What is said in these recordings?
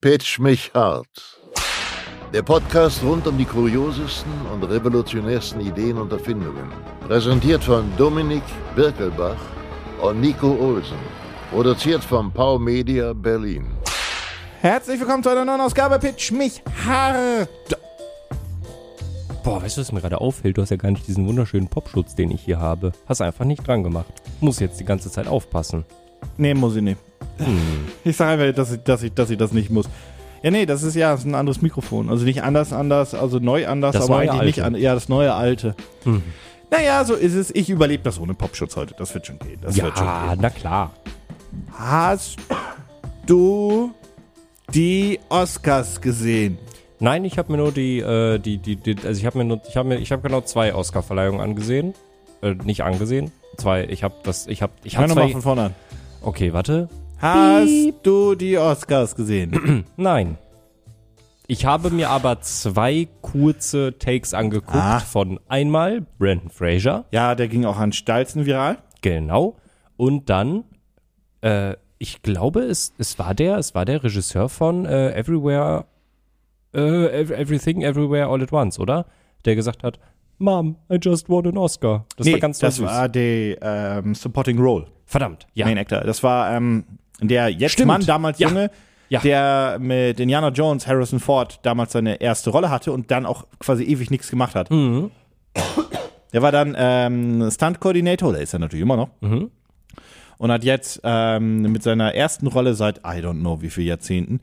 Pitch mich hart. Der Podcast rund um die kuriosesten und revolutionärsten Ideen und Erfindungen. Präsentiert von Dominik Birkelbach und Nico Olsen. Produziert von Pau Media Berlin. Herzlich willkommen zu einer neuen Ausgabe Pitch mich hart. Boah, weißt du, was mir gerade auffällt? Du hast ja gar nicht diesen wunderschönen Popschutz, den ich hier habe. Hast einfach nicht dran gemacht. Muss jetzt die ganze Zeit aufpassen. Nee, muss ich nicht. Hm. Ich sage einfach, dass ich, dass, ich, dass ich das nicht muss. Ja, nee, das ist ja das ist ein anderes Mikrofon. Also nicht anders, anders, also neu anders, Das aber neue eigentlich nicht Alte. anders. Ja, das neue alte. Mhm. Naja, so ist es. Ich überlebe das ohne Popschutz heute. Das wird schon gehen. Das wird schon ja, gehen. na klar. Hast du die Oscars gesehen? Nein, ich habe mir nur die, äh, die, die, die, also ich habe mir nur, ich habe mir, ich habe genau zwei Oscar-Verleihungen angesehen. Äh, nicht angesehen. Zwei, ich habe das, ich habe, ich Hör habe nochmal zwei. von vorne an. Okay, warte. Hast du die Oscars gesehen? Nein. Ich habe mir aber zwei kurze Takes angeguckt Ah. von einmal Brandon Fraser. ja, der ging auch an Stalzen viral. Genau. Und dann, äh, ich glaube, es, es war der, es war der Regisseur von äh, Everywhere, äh, Ev- Everything, Everywhere, All at Once, oder? Der gesagt hat, Mom, I just won an Oscar. Das war ganz das süß. war die ähm, Supporting Role. Verdammt, ja. Main Actor. Das war ähm, der jetzt Stimmt. Mann, damals Ja. Junge, Ja. der mit Indiana Jones, Harrison Ford damals seine erste Rolle hatte und dann auch quasi ewig nichts gemacht hat. Mhm. Der war dann ähm, Stunt-Koordinator, der ist er natürlich immer noch. Und hat jetzt ähm, mit seiner ersten Rolle seit I don't know wie viel Jahrzehnten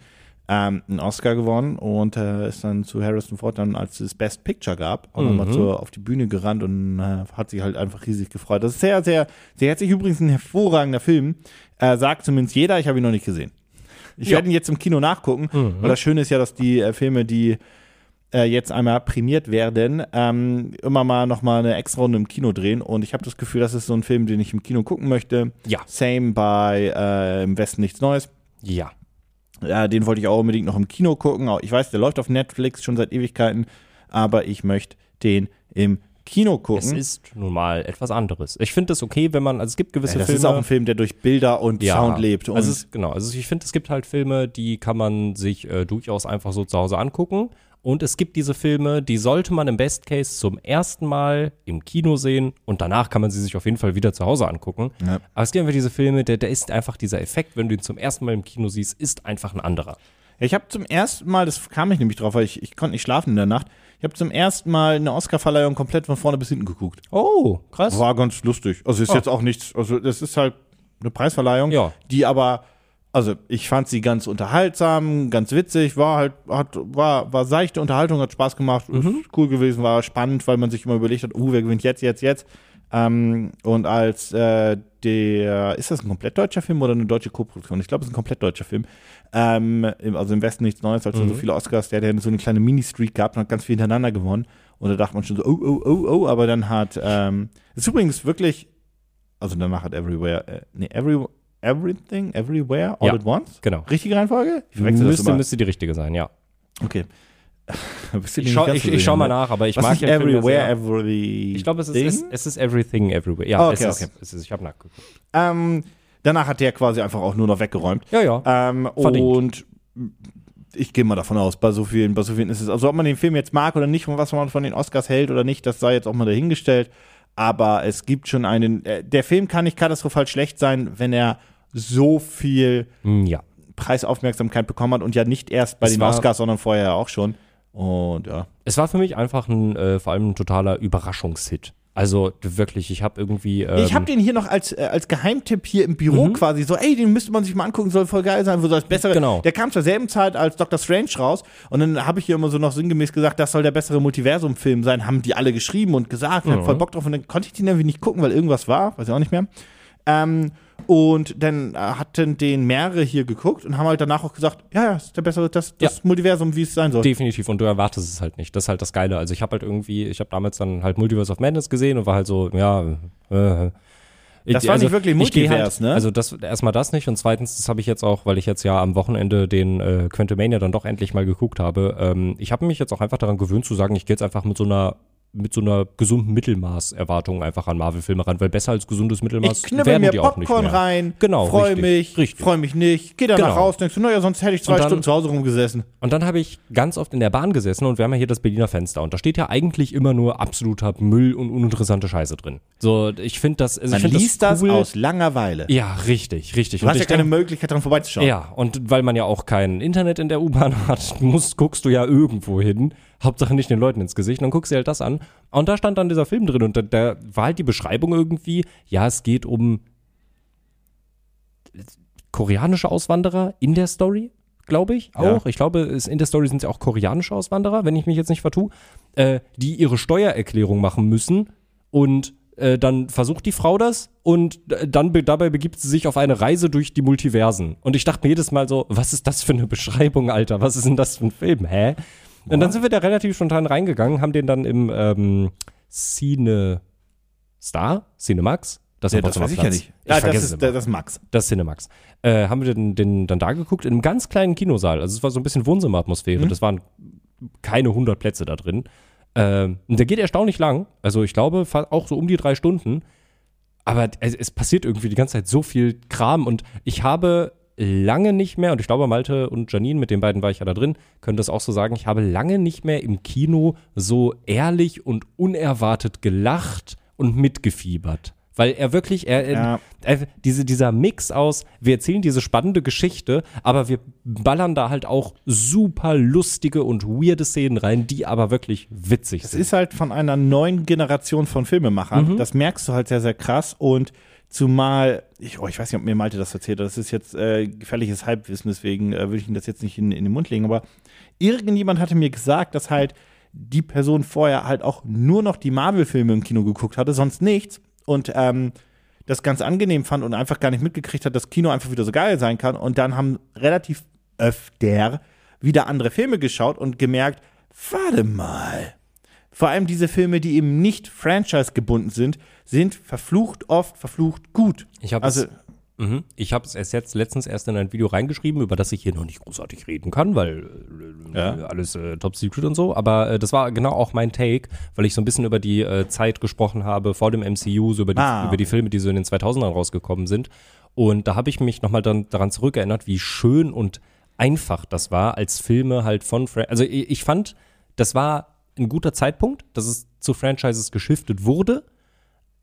ähm, einen Oscar gewonnen und äh, ist dann zu Harrison Ford dann, als es Best Picture gab, auch nochmal zur- auf die Bühne gerannt und äh, hat sich halt einfach riesig gefreut. Das ist sehr, sehr, sehr herzlich übrigens ein hervorragender Film. Äh, sagt zumindest jeder, ich habe ihn noch nicht gesehen. Ich werde ihn jetzt im Kino nachgucken. Mhm. Und das Schöne ist ja, dass die äh, Filme, die äh, jetzt einmal prämiert werden, ähm, immer mal nochmal eine extra Runde im Kino drehen. Und ich habe das Gefühl, das ist so ein Film, den ich im Kino gucken möchte. Ja. Same bei äh, Im Westen nichts Neues. Ja. Ja, den wollte ich auch unbedingt noch im Kino gucken. Auch- Ich weiß, der läuft auf Netflix schon seit Ewigkeiten, aber ich möchte den im Kino Es gucken. ist nun mal etwas anderes. Ich finde es okay, wenn man, also es gibt gewisse Ja, das Filme. ist auch ein Film, der durch Bilder und Sound lebt. Und also es, genau, also ich finde, es gibt halt Filme, die kann man sich äh, durchaus einfach so zu Hause angucken. Und es gibt diese Filme, die sollte man im Best Case zum ersten Mal im Kino sehen und danach kann man sie sich auf jeden Fall wieder zu Hause angucken. Ja. Aber es gibt einfach diese Filme, der, der ist einfach dieser Effekt, wenn du ihn zum ersten Mal im Kino siehst, ist einfach ein anderer. Ich habe zum ersten Mal, das kam ich nämlich drauf, weil ich, ich konnte nicht schlafen in der Nacht, ich habe zum ersten Mal eine Oscarverleihung komplett von vorne bis hinten geguckt. Oh, krass. War ganz lustig. Also ist jetzt auch nichts, also das ist halt eine Preisverleihung, Ja. die aber, also ich fand sie ganz unterhaltsam, ganz witzig, war halt, hat, war, war seichte Unterhaltung, hat Spaß gemacht, ist cool gewesen, war spannend, weil man sich immer überlegt hat, uh, wer gewinnt jetzt, jetzt, jetzt. Ähm, und als äh, der, ist das ein komplett deutscher Film oder eine deutsche Koproduktion? Ich glaube, es ist ein komplett deutscher Film. Ähm, im, also im Westen nichts Neues, als so viele Oscars, der hat ja so eine kleine Mini-Streak gehabt und hat ganz viel hintereinander gewonnen. Und da dachte man schon so, oh, oh, oh, oh, aber dann hat, ähm, ist übrigens wirklich, also danach hat Everywhere, äh, nee, every, Everything, Everywhere, All Ja, at Once. genau. Richtige Reihenfolge? Ich verwechsel das Müsste, immer. müsste die richtige sein, ja. Okay. Bist du Ich nicht schau, ganz ich, so ich schau sicher, mal ne? nach, aber ich Was mag nicht den Film ja Everywhere, sehr. Every. Ich glaube, es ist, es, es ist Everything Everywhere. Ja, Ah, okay, es, ist, okay. es ist, ich habe nachgeguckt. Ähm, danach hat der quasi einfach auch nur noch weggeräumt. Ja, ja. Ähm, Verdient. und ich gehe mal davon aus, bei so vielen, bei so vielen ist es. Also ob man den Film jetzt mag oder nicht und was man von den Oscars hält oder nicht, das sei jetzt auch mal dahingestellt. Aber es gibt schon einen. Äh, der Film kann nicht katastrophal schlecht sein, wenn er so viel Hm, ja. Preisaufmerksamkeit bekommen hat und ja nicht erst bei Es den war- Oscars, sondern vorher auch schon. Und ja. Es war für mich einfach ein, äh, vor allem ein totaler Überraschungshit. Also wirklich, ich habe irgendwie. Ähm, Mhm. Ich habe den hier noch als, äh, als Geheimtipp hier im Büro quasi so, ey, den müsste man sich mal angucken, soll voll geil sein, wo soll es besser Genau. Der kam zur selben Zeit als Dr. Strange raus und dann habe ich hier immer so noch sinngemäß gesagt, das soll der bessere Multiversum-Film sein, haben die alle geschrieben und gesagt, ich hab voll Bock drauf und dann konnte ich den irgendwie nicht gucken, weil irgendwas war, weiß ich auch nicht mehr. Ähm, und dann äh, hatten den mehrere hier geguckt und haben halt danach auch gesagt, ja, ja, ist der bessere, das, das Multiversum, wie es sein soll. definitiv und du erwartest es halt nicht. Das ist halt das Geile. Also ich habe halt irgendwie, ich habe damals dann halt Multiverse of Madness gesehen und war halt so, ja. Äh, Das war nicht wirklich ich geh Multiverse, ne? Also das erstmal das nicht und zweitens, das habe ich jetzt auch, weil ich jetzt ja am Wochenende den äh, Quantumania dann doch endlich mal geguckt habe. Ähm, ich habe mich jetzt auch einfach daran gewöhnt zu sagen, ich gehe jetzt einfach mit so einer mit so einer gesunden Mittelmaß-Erwartung einfach an Marvel-Filme ran, weil besser als gesundes Mittelmaß Ich knippe werden mir die auch nicht Popcorn mehr. rein, Genau, freue richtig, mich, richtig. freue mich nicht, gehe danach Genau. raus, denkst du, naja, sonst hätte ich zwei Und dann- Stunden zu Hause rumgesessen. Und dann habe ich ganz oft in der Bahn gesessen und wir haben ja hier das Berliner Fenster und da steht ja eigentlich immer nur absoluter Müll und uninteressante Scheiße drin. So, ich finde das, also Man ich find liest das, cool. aus Langeweile. Ja, richtig, richtig. Du hast ja ich keine denk- Möglichkeit, dran vorbeizuschauen. ja, und weil man ja auch kein Internet in der U-Bahn hat, musst, guckst du ja irgendwo hin. Hauptsache nicht den Leuten ins Gesicht. Und dann guckst du dir halt das an. Und da stand dann dieser Film drin und da, da war halt die Beschreibung irgendwie, ja, es geht um koreanische Auswanderer in der Story, glaube ich auch. Ja. Ich glaube, es, in der Story sind es ja auch koreanische Auswanderer, wenn ich mich jetzt nicht vertue, äh, die ihre Steuererklärung machen müssen und äh, dann versucht die Frau das und d- dann be dabei begibt sie sich auf eine Reise durch die Multiversen. Und ich dachte mir jedes Mal so, was ist das für eine Beschreibung, Alter? Was ist denn das für ein Film? Hä? Und dann sind wir da relativ spontan reingegangen, haben den dann im ähm, Cine Star, Cinemax, das ist am Potsdamer Platz. Ich Ja, das vergesse es ist, immer. das ist Max. Das Cinemax. Äh, haben wir den, den dann da geguckt, in einem ganz kleinen Kinosaal. Also es war so ein bisschen Wohnzimmeratmosphäre. Das waren keine 100 Plätze da drin. Ähm, und der geht erstaunlich lang. Also ich glaube fa- auch so um die drei Stunden. Aber es, es passiert irgendwie die ganze Zeit so viel Kram. Und ich habe lange nicht mehr, und ich glaube Malte und Janine, mit den beiden war ich ja da drin, können das auch so sagen, ich habe lange nicht mehr im Kino so ehrlich und unerwartet gelacht und mitgefiebert. Weil er wirklich, er, Ja. er, Einfach diese, dieser Mix aus, wir erzählen diese spannende Geschichte, aber wir ballern da halt auch super lustige und weirde Szenen rein, die aber wirklich witzig Es sind. ist halt von einer neuen Generation von Filmemachern. Das merkst du halt sehr, sehr krass. Und zumal, ich, oh, ich weiß nicht, ob mir Malte das erzählt hat, das ist jetzt äh, gefährliches Halbwissen, deswegen äh, will ich ihm das jetzt nicht in, in den Mund legen, aber irgendjemand hatte mir gesagt, dass halt die Person vorher halt auch nur noch die Marvel-Filme im Kino geguckt hatte, sonst nichts. Und ähm, das ganz angenehm fand und einfach gar nicht mitgekriegt hat, dass Kino einfach wieder so geil sein kann. Und dann haben relativ öfter wieder andere Filme geschaut und gemerkt, warte mal. Vor allem diese Filme, die eben nicht Franchise gebunden sind, sind verflucht oft, verflucht gut. Ich habe also, es, mhm. Ich habe es erst jetzt letztens erst in ein Video reingeschrieben, über das ich hier noch nicht großartig reden kann, weil äh, Ja. alles äh, top secret und so. Aber äh, das war genau auch mein Take, weil ich so ein bisschen über die äh, Zeit gesprochen habe vor dem MCU, so über die, Ah. über die Filme, die so in den 2000ern rausgekommen sind. Und da habe ich mich nochmal dann daran zurückerinnert, wie schön und einfach das war, als Filme halt von Fra Also ich, ich fand, das war ein guter Zeitpunkt, dass es zu Franchises geschiftet wurde.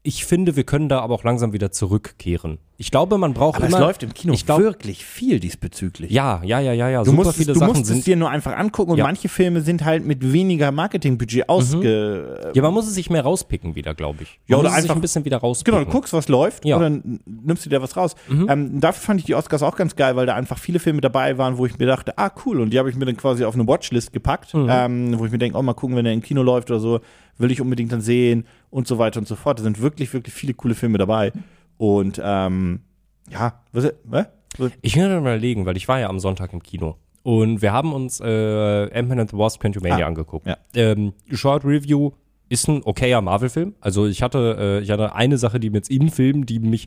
Ich finde, wir können da aber auch langsam wieder zurückkehren. Ich glaube, man braucht aber es immer. läuft im Kino ich glaub, wirklich viel diesbezüglich. ja, ja, ja, ja, ja. du super musst, es, viele du Sachen musst es sind. dir nur einfach angucken und Ja. manche Filme sind halt mit weniger Marketingbudget ausge. Ja, man muss es sich mehr rauspicken wieder, glaube ich. Man Ja, muss oder es sich einfach- ein bisschen wieder Genau, rauspicken. du guckst, was läuft, Mhm. Ja. Mhm. und dann nimmst du dir was raus. Ähm, dafür fand ich die Oscars auch ganz geil, weil da einfach viele Filme dabei waren, wo ich mir dachte, ah, cool. Und die habe ich mir dann quasi auf eine Watchlist gepackt, Mhm. ähm, wo ich mir denke, oh, mal gucken, wenn er im Kino läuft oder so, will ich unbedingt dann sehen und so weiter und so fort. Da sind wirklich, wirklich viele coole Filme dabei. Und ähm, ja, was, was? Ich will mir überlegen, weil ich war ja am Sonntag im Kino. Und wir haben uns äh, Ant-Man and the Wasp Quantumania Ah, angeguckt. ja. Ähm, Short Review ist ein okayer Marvel-Film. Also ich hatte, äh, ich hatte eine Sache, die mir jetzt im Film, die mich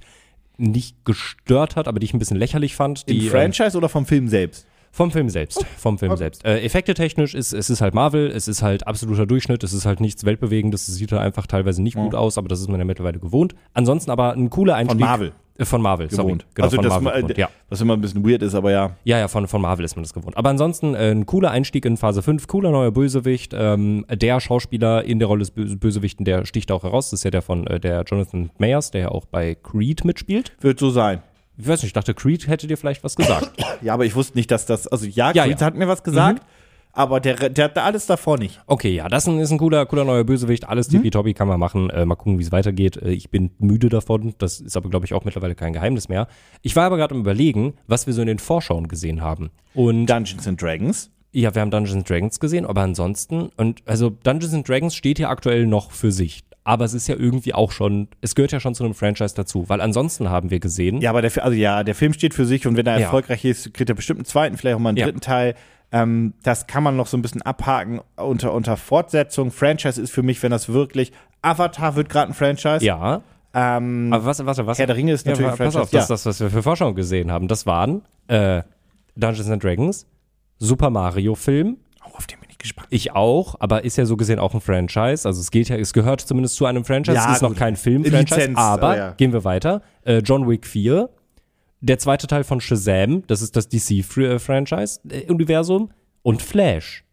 nicht gestört hat, aber die ich ein bisschen lächerlich fand. Im Die, ähm, Franchise oder vom Film selbst? Vom Film selbst. Oh. Vom Film selbst. Äh, Effekte technisch ist, es ist halt Marvel, es ist halt absoluter Durchschnitt, es ist halt nichts Weltbewegendes, es sieht halt einfach teilweise nicht Mhm. gut aus, aber das ist man ja mittlerweile gewohnt. Ansonsten aber ein cooler Einstieg. Marvel. Äh, Von Marvel, sorry. Genau, also, von das, Marvel. ma- gewohnt, ja. was immer ein bisschen weird ist, aber ja. Ja, ja, von, von Marvel ist man das gewohnt. Aber ansonsten äh, ein cooler Einstieg in Phase 5, cooler neuer Bösewicht. Ähm, der Schauspieler in der Rolle des Bö Bösewichten, der sticht auch heraus. Das ist ja der von äh, der Jonathan Mayers, der ja auch bei Creed mitspielt. Wird so sein. Ich weiß nicht, ich dachte, Creed hätte dir vielleicht was gesagt. Ja, aber ich wusste nicht, dass das. Also, ja, Ja, Creed ja. Mhm. hat mir was gesagt, aber der, der hat alles davor nicht. Okay, ja, das ist ein- ist ein cooler, cooler neuer Bösewicht. Alles tippitoppi kann man machen. Äh, mal gucken, wie es weitergeht. Äh, ich bin müde davon. Das ist aber, glaube ich, auch mittlerweile kein Geheimnis mehr. Ich war aber gerade am Überlegen, was wir so in den Vorschauen gesehen haben. Und Dungeons and Dragons. Ja, wir haben Dungeons and Dragons gesehen, aber ansonsten, und also Dungeons and Dragons steht ja aktuell noch für sich. Aber es ist ja irgendwie auch schon, es gehört ja schon zu einem Franchise dazu, weil ansonsten haben wir gesehen, Ja, aber der, Fi- also ja, der Film steht für sich und wenn er Ja. erfolgreich ist, kriegt er bestimmt einen zweiten, vielleicht auch mal einen Ja. dritten Teil. Ähm, das kann man noch so ein bisschen abhaken unter, unter Fortsetzung. Franchise ist für mich, wenn das wirklich. Avatar wird gerade ein Franchise. ja, Ähm, aber was, was, was? Herr der Ringe ist natürlich wa- ein pass auf, Franchise, das, das, was wir für Vorschau gesehen haben, das waren äh, Dungeons and Dragons, Super Mario Film, oh, auf den bin ich gespannt. Ich auch, aber ist ja so gesehen auch ein Franchise. Also es geht ja, es gehört zumindest zu einem Franchise. Ja, es ist noch gut. kein Film-Franchise, Lizenz, aber aber ja. gehen wir weiter. Äh, John Wick 4, der zweite Teil von Shazam, das ist das DC-Franchise-Universum und Flash.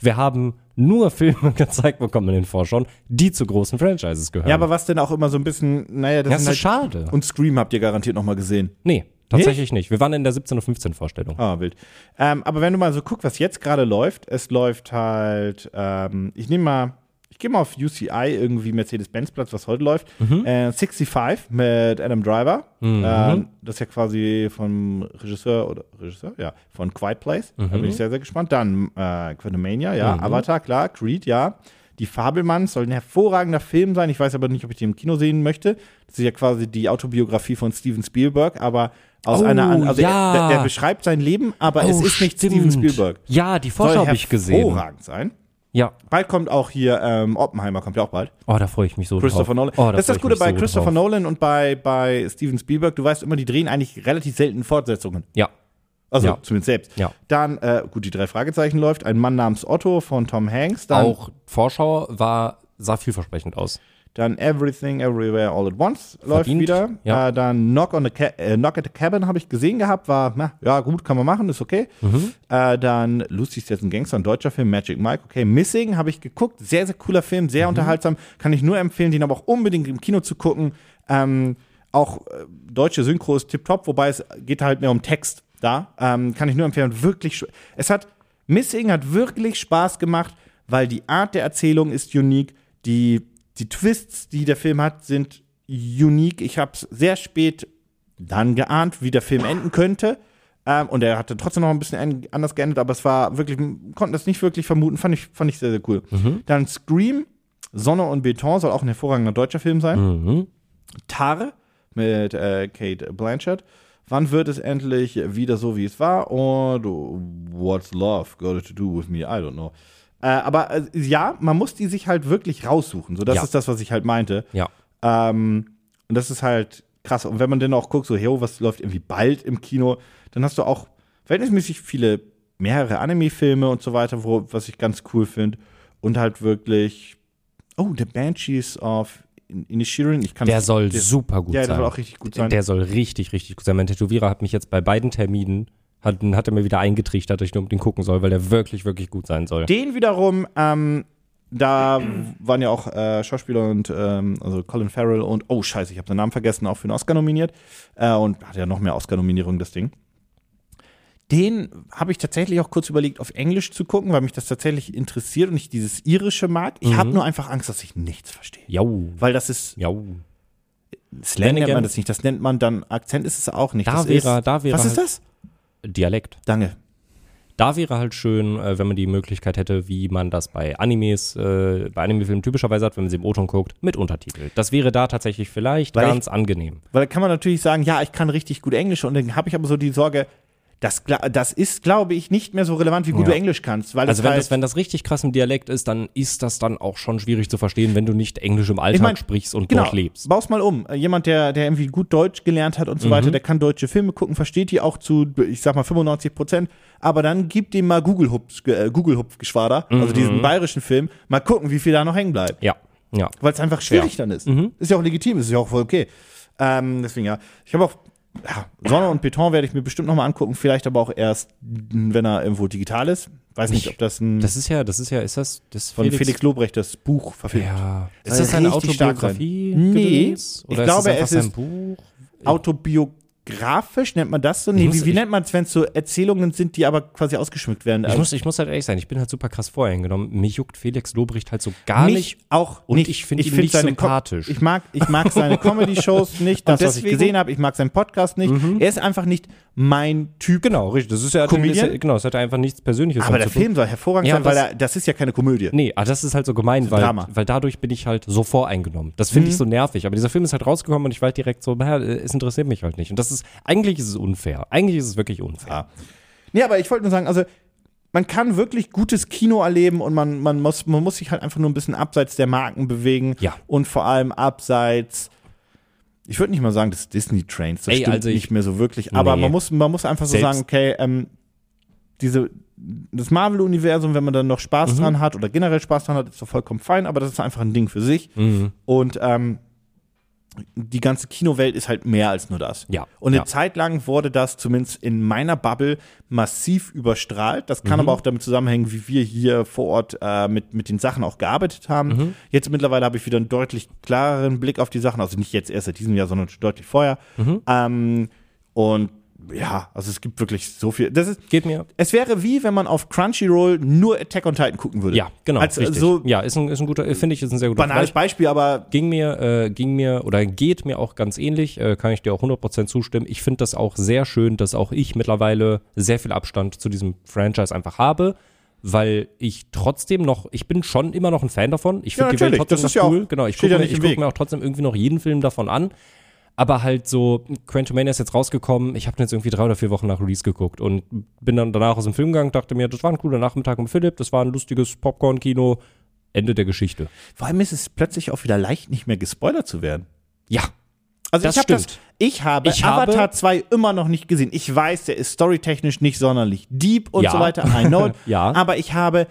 Wir haben nur Filme gezeigt bekommen in den Vorschauen, die zu großen Franchises gehören. Ja, aber was denn auch immer so ein bisschen, naja, das, das ist sind halt, schade. Und Scream habt ihr garantiert nochmal gesehen. nee, tatsächlich nicht? Wir waren in der 17 und 15 Vorstellung. Ah, wild. Ähm, aber wenn du mal so guckst, was jetzt gerade läuft, es läuft halt, ähm, ich nehme mal, ich gehe mal auf UCI, irgendwie Mercedes-Benz-Platz, was heute läuft. Mhm. Äh, 65 mit Adam Driver. Ähm, das ist ja quasi vom Regisseur oder Regisseur, ja, von Quiet Place. Da Mhm. bin ich sehr, sehr gespannt. Dann äh, Quantumania, ja, Avatar, klar, Creed, ja. Die Fabelmanns soll ein hervorragender Film sein. Ich weiß aber nicht, ob ich den im Kino sehen möchte. Das ist ja quasi die Autobiografie von Steven Spielberg, aber aus Oh, einer an- also ja. er, der, der beschreibt sein Leben, aber es Oh, ist nicht stimmt. Steven Spielberg. Ja, die Soll Vorschau habe ich gesehen. hervorragend sein. Ja. Bald kommt auch hier ähm, Oppenheimer, kommt ja auch bald. Oh, da freue ich mich so Christopher drauf. Nolan. Oh, da das ist freu das ich Gute mich bei so Christopher drauf. Nolan und bei, bei Steven Spielberg. Du weißt immer, die drehen eigentlich relativ selten Fortsetzungen. Ja. Also Ja. zumindest selbst. Ja. Dann, äh, gut, die drei Fragezeichen läuft. Ein Mann namens Otto von Tom Hanks. Dann, auch Vorschau war, sah vielversprechend aus. dann Everything Everywhere All at Once läuft Verdient, wieder. ja. Äh, dann Knock, on the Ca äh, Knock at the Cabin habe ich gesehen gehabt. War, na, ja gut, kann man machen, ist okay. Mhm. Äh, dann Lucy ist jetzt ein Gangster, ein deutscher Film, Magic Mike. Okay, Missing habe ich geguckt. Sehr, sehr cooler Film, Mhm. sehr unterhaltsam. Kann ich nur empfehlen, den aber auch unbedingt im Kino zu gucken. Ähm, auch äh, deutsche Synchro ist tipptopp, wobei es geht halt mehr um Text da. Ähm, kann ich nur empfehlen. Wirklich, sch- es hat, Missing hat wirklich Spaß gemacht, weil die Art der Erzählung ist unique. Die, die Twists, die der Film hat, sind unique. Ich habe es sehr spät dann geahnt, wie der Film enden könnte. Ähm, und er hatte trotzdem noch ein bisschen ein- anders geendet, aber es war wirklich, konnten das nicht wirklich vermuten, fand ich, fand ich sehr, sehr cool. Dann Scream, Sonne und Beton soll auch ein hervorragender deutscher Film sein. Mhm. Tar mit äh, Kate Blanchett. Wann wird es endlich wieder so, wie es war? Und What's Love got to do with me? I don't know. Äh, aber äh, ja, man muss die sich halt wirklich raussuchen. So, das Ja. ist das, was ich halt meinte. Ja. Ähm, und das ist halt krass. Und wenn man dann auch guckt, so, hey, was läuft irgendwie bald im Kino, dann hast du auch verhältnismäßig viele, mehrere Anime-Filme und so weiter, wo, was ich ganz cool finde. Und halt wirklich, oh, The Banshees of In- Inisherin. Ich kann Der soll der, super gut Ja, sein. der soll auch richtig gut sein. Der soll richtig, richtig gut sein. Mein Tätowierer hat mich jetzt bei beiden Terminen, hat, hat er mir wieder eingetrichtert, dass ich nur um den gucken soll, weil der wirklich, wirklich gut sein soll. Den wiederum, ähm, da waren ja auch äh, Schauspieler und ähm, also Colin Farrell und oh scheiße, ich habe den Namen vergessen, auch für einen Oscar nominiert äh, und hat ja noch mehr Oscar-Nominierungen das Ding. Den habe ich tatsächlich auch kurz überlegt, auf Englisch zu gucken, weil mich das tatsächlich interessiert und ich dieses Irische mag. Ich Mhm. habe nur einfach Angst, dass ich nichts verstehe. Jau. Weil das ist Jau. Slang nennt again- man das nicht, das nennt man dann Akzent ist es auch nicht. Da das wäre- ist, da wäre Was ist halt- das? Dialekt. Danke. Da wäre halt schön, äh, wenn man die Möglichkeit hätte, wie man das bei Animes, äh, bei Anime-Filmen typischerweise hat, wenn man sie im O-Ton guckt, mit Untertitel. Das wäre da tatsächlich vielleicht Weil ich- ganz angenehm. Weil da kann man natürlich sagen, ja, ich kann richtig gut Englisch und dann habe ich aber so die Sorge, das, gla- das ist, glaube ich, nicht mehr so relevant, wie gut Ja. du Englisch kannst. Weil Also es wenn halt, das, wenn das richtig krass im Dialekt ist, dann ist das dann auch schon schwierig zu verstehen, wenn du nicht Englisch im Alltag mein, sprichst und genau, dort lebst. Mhm. Baus mal um. Jemand, der, der irgendwie gut Deutsch gelernt hat und so weiter, der kann deutsche Filme gucken, versteht die auch zu, ich sag mal, 95 Prozent. Aber dann gib dem mal Google-Hupf, äh, Google-Hupf-Geschwader, Mhm. also diesen bayerischen Film, mal gucken, wie viel da noch hängen bleibt. Ja, ja. Mhm. Weil es einfach schwierig dann ist. Ist ja auch legitim, ist ja auch voll okay. Ähm, deswegen ja. Ich habe auch ja, Sonne und Beton werde ich mir bestimmt nochmal angucken, vielleicht aber auch erst, m, wenn er irgendwo digital ist. Weiß nicht, Ich- ob das ein Das ist ja, das ist ja, ist das, das von Felix, Lobrecht das Buch verfilmt. Ja. Ist Soll das eine richtig stark sein. Autobiografie? Nee, Gedöns? ich Oder glaube, ist es das einfach ist- sein Buch? Autobiografisch nennt man das so? Nee, muss- wie, wie ich- nennt man es, wenn es so Erzählungen sind, die aber quasi ausgeschmückt werden? Ich Also, muss, ich muss halt ehrlich sein, ich bin halt super krass voreingenommen. Mich juckt Felix Lobrecht halt so gar mich nicht. auch und nicht. ich finde ihn nicht seine Ko- sympathisch. Ich mag, ich mag seine Comedy-Shows nicht, das, was ich deswegen- Mhm. gesehen habe. Ich mag seinen Podcast nicht. Er ist einfach nicht mein Typ. Genau, richtig. Das ist ja, Comedian? ist ja- genau, es hat einfach nichts Persönliches Aber damit der zu tun. Film soll hervorragend Ja, sein, weil das- er, das ist ja keine Komödie. Nee, ah, das ist halt so gemein, weil, Drama. Mhm. weil dadurch bin ich halt so voreingenommen. Das finde ich so nervig. Aber dieser Film ist halt rausgekommen und ich war halt direkt so, naja, äh, es interessiert mich halt nicht. Und das ist, eigentlich ist es unfair. Eigentlich ist es wirklich unfair. Ja. Nee, aber ich wollte nur sagen, also man kann wirklich gutes Kino erleben und man, man, muss, man muss sich halt einfach nur ein bisschen abseits der Marken bewegen. Ja. Und vor allem abseits, ich würde nicht mal sagen, des Disney-Trains, das Ey, stimmt also ich- nicht mehr so wirklich. Aber Nee. man muss, man muss einfach so Selbst- sagen, okay, ähm, diese, das Marvel-Universum, wenn man dann noch Spaß Mhm. dran hat oder generell Spaß dran hat, ist doch vollkommen fein, aber das ist einfach ein Ding für sich. Mhm. Und ähm, die ganze Kinowelt ist halt mehr als nur das. Ja, Und eine ja. Zeit lang wurde das zumindest in meiner Bubble massiv überstrahlt. Das kann Mhm. aber auch damit zusammenhängen, wie wir hier vor Ort äh, mit, mit den Sachen auch gearbeitet haben. Mhm. Jetzt mittlerweile habe ich wieder einen deutlich klareren Blick auf die Sachen. Also nicht jetzt erst seit diesem Jahr, sondern schon deutlich vorher. Mhm. Ähm, und ja, also es gibt wirklich so viel. Das ist, Geht mir. es wäre wie, wenn man auf Crunchyroll nur Attack on Titan gucken würde. Ja, genau. Als, äh, richtig. Also, so ja, ist ein, ist ein guter, finde ich, ist ein sehr guter banales Vergleich. Beispiel, aber Ging mir, äh, ging mir oder geht mir auch ganz ähnlich, äh, kann ich dir auch 100% zustimmen. Ich finde das auch sehr schön, dass auch ich mittlerweile sehr viel Abstand zu diesem Franchise einfach habe, weil ich trotzdem noch, ich bin schon immer noch ein Fan davon. Ich Ja, finde die Welt natürlich, trotzdem das ist noch ja cool. auch- genau, ich steht gucke ja mir, nicht ich im guck Weg. mir auch trotzdem irgendwie noch jeden Film davon an. Aber halt so, Quantumania ist jetzt rausgekommen, ich habe den jetzt irgendwie drei oder vier Wochen nach Release geguckt und bin dann danach aus dem Film gegangen, dachte mir, das war ein cooler Nachmittag mit Philipp, das war ein lustiges Popcorn-Kino, Ende der Geschichte. vor allem ist es plötzlich auch wieder leicht, nicht mehr gespoilert zu werden. Ja, Also Das ich, hab das, stimmt. ich habe Ich habe- Avatar 2 immer noch nicht gesehen. Ich weiß, der ist storytechnisch nicht sonderlich deep und Ja. so weiter. I know. it. Ja. Mhm. Aber ich habe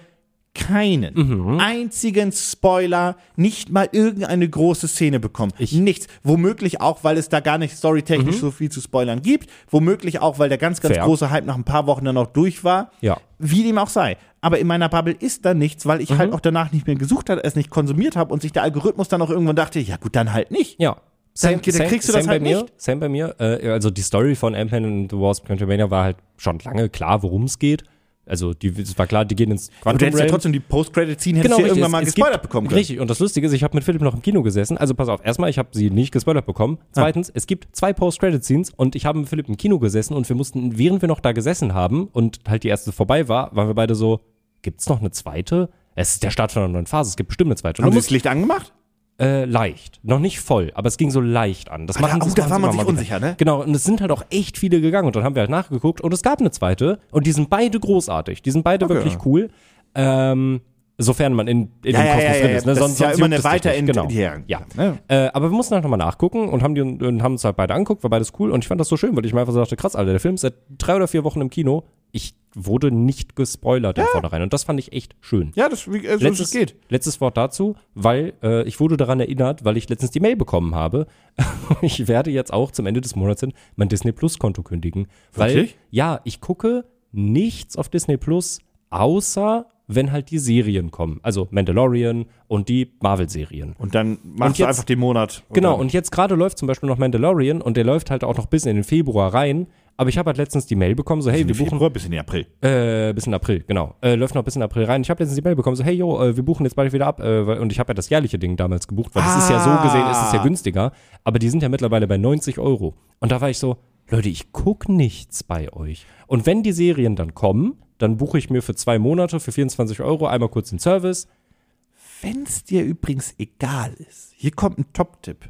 keinen einzigen Spoiler, nicht mal irgendeine große Szene bekommen. Nichts. Womöglich auch, weil es da gar nicht storytechnisch so viel zu spoilern gibt. Womöglich auch, weil der ganz, ganz Mhm. Fair. große Hype nach ein paar Wochen dann auch durch war. Ja. Mhm. Wie dem auch sei. Aber in meiner Bubble ist da nichts, weil ich halt auch danach nicht mehr gesucht habe, es nicht konsumiert habe und sich der Algorithmus dann auch irgendwann dachte, ja gut, dann halt nicht. Ja. Dann- dann kriegst du das halt bei mir, nicht. Same bei mir. Äh, also die Story von Ant-Man and the Wasp Quantumania war halt schon lange klar, worum es geht. Also die, es war klar, die gehen ins Aber du Quantum hättest ja Realm. Genau, trotzdem die Post-Credit ziehen, hättest du ja richtig. irgendwann mal Es- es gespoilert gibt- bekommen können. Richtig, und das Lustige ist, ich habe mit Philipp noch im Kino gesessen. Also pass auf, erstmal, ich habe sie nicht gespoilert Ah. bekommen. Zweitens, es gibt zwei Post-Credit-Scenes und ich habe mit Philipp im Kino gesessen und wir mussten, während wir noch da gesessen haben und halt die erste vorbei war, waren wir beide so, gibt's noch eine zweite? Es ist der Start von einer neuen Phase, es gibt bestimmt eine zweite. Und Haben du sie musst das Licht angemacht? äh, leicht. Noch nicht voll, aber es ging so leicht an. Das Ah, machen ja, sie- oh, da machen war sie man immer sich mal wieder. unsicher, ne? Genau, und es sind halt auch echt viele gegangen. Und dann haben wir halt nachgeguckt und es gab eine zweite. Und die sind beide großartig. Die sind beide wirklich cool. Ähm, sofern man in, in Ja, dem ja, Kosmos ja, ja, drin ja. ist. Ne? Das sonst, ist ja sonst immer juckt eine es dich weiter nicht. in- genau. ja. Ja. Ne? Äh, aber wir mussten halt nochmal nachgucken und haben, die, und haben uns halt beide angeguckt, war beides cool. Und ich fand das so schön, weil ich mir einfach so dachte, krass, Alter, der Film ist seit drei oder vier Wochen im Kino. Ich wurde nicht gespoilert im Vornherein. Und das fand ich echt schön. Ja, das, wie, äh, so Letztes, letztes Wort dazu, weil äh, ich wurde daran erinnert, weil ich letztens die Mail bekommen habe. ich werde jetzt auch zum Ende des Monats hin mein Disney Plus Konto kündigen. Weil, Wirklich? Ja, ich gucke nichts auf Disney Plus, außer wenn halt die Serien kommen. Also Mandalorian und die Marvel-Serien. Und dann machst Und du jetzt- einfach den Monat. Und Genau, dann- und jetzt gerade läuft zum Beispiel noch Mandalorian und der läuft halt auch noch bis in den Februar rein. Aber ich habe halt letztens die Mail bekommen, so hey, wir Im buchen Februar bis in den April. äh, bis in April, genau. Äh, läuft noch bis in April rein. Ich habe letztens die Mail bekommen, so, hey, yo, äh, wir buchen jetzt bald wieder ab. Äh, weil, und ich habe ja das jährliche Ding damals gebucht, weil das ist ja so gesehen, ist es ja günstiger. Aber die sind ja mittlerweile bei 90 Euro. Und da war ich so, Leute, ich guck nichts bei euch. Und wenn die Serien dann kommen, dann buche ich mir für zwei Monate für 24 Euro einmal kurz den Service. Wenn es dir übrigens egal ist, hier kommt ein Top-Tipp.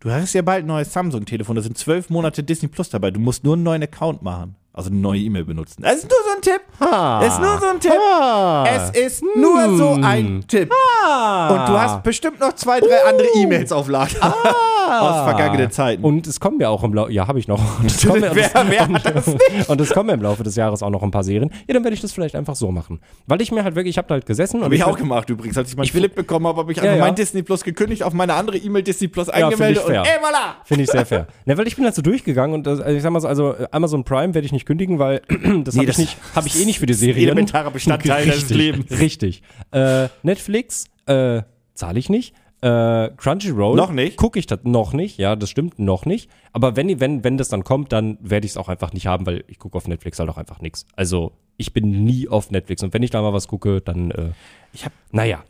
Du hast ja bald ein neues Samsung-Telefon, da sind zwölf Monate Disney Plus dabei. Du musst nur einen neuen Account machen. Also eine neue E-Mail benutzen. Das ist nur so ein Tipp. Das ist nur so ein Tipp. Es ist nur so ein Tipp. Und du hast bestimmt noch zwei, drei andere E-Mails auf Lager. Ah. Aus vergangenen Zeiten. Und es kommen ja auch im Laufe, ja, habe ich noch. Und es kommen ja- Wer- wer hat das und es kommen ja im Laufe des Jahres auch noch ein paar Serien. Ja, dann werde ich das vielleicht einfach so machen. Weil ich mir halt wirklich, ich habe da halt gesessen und Habe ich bin- auch gemacht übrigens. Als ich meinen Philipp bekommen habe, habe ich einfach ja. mein Disney Plus gekündigt, auf meine andere E-Mail Disney Plus ich eingemeldet und fair. ey, voilà! Finde ich sehr fair. Na, weil ich bin halt so durchgegangen und das- also ich sag mal so, also äh, Amazon Prime werde ich nicht kündigen, weil das habe ich das- nicht, habe ich eh nicht für die Serien. elementarer Bestandteil richtig, deines Lebens. Richtig. Äh, Netflix äh, zahle ich nicht. Äh, Crunchyroll Noch nicht? gucke ich das noch nicht. Ja, das stimmt noch nicht. Aber wenn wenn wenn das dann kommt, dann werde ich es auch einfach nicht haben, weil ich gucke auf Netflix halt auch einfach nichts. Also ich bin nie auf Netflix und wenn ich da mal was gucke, dann äh, Ich hab- naja.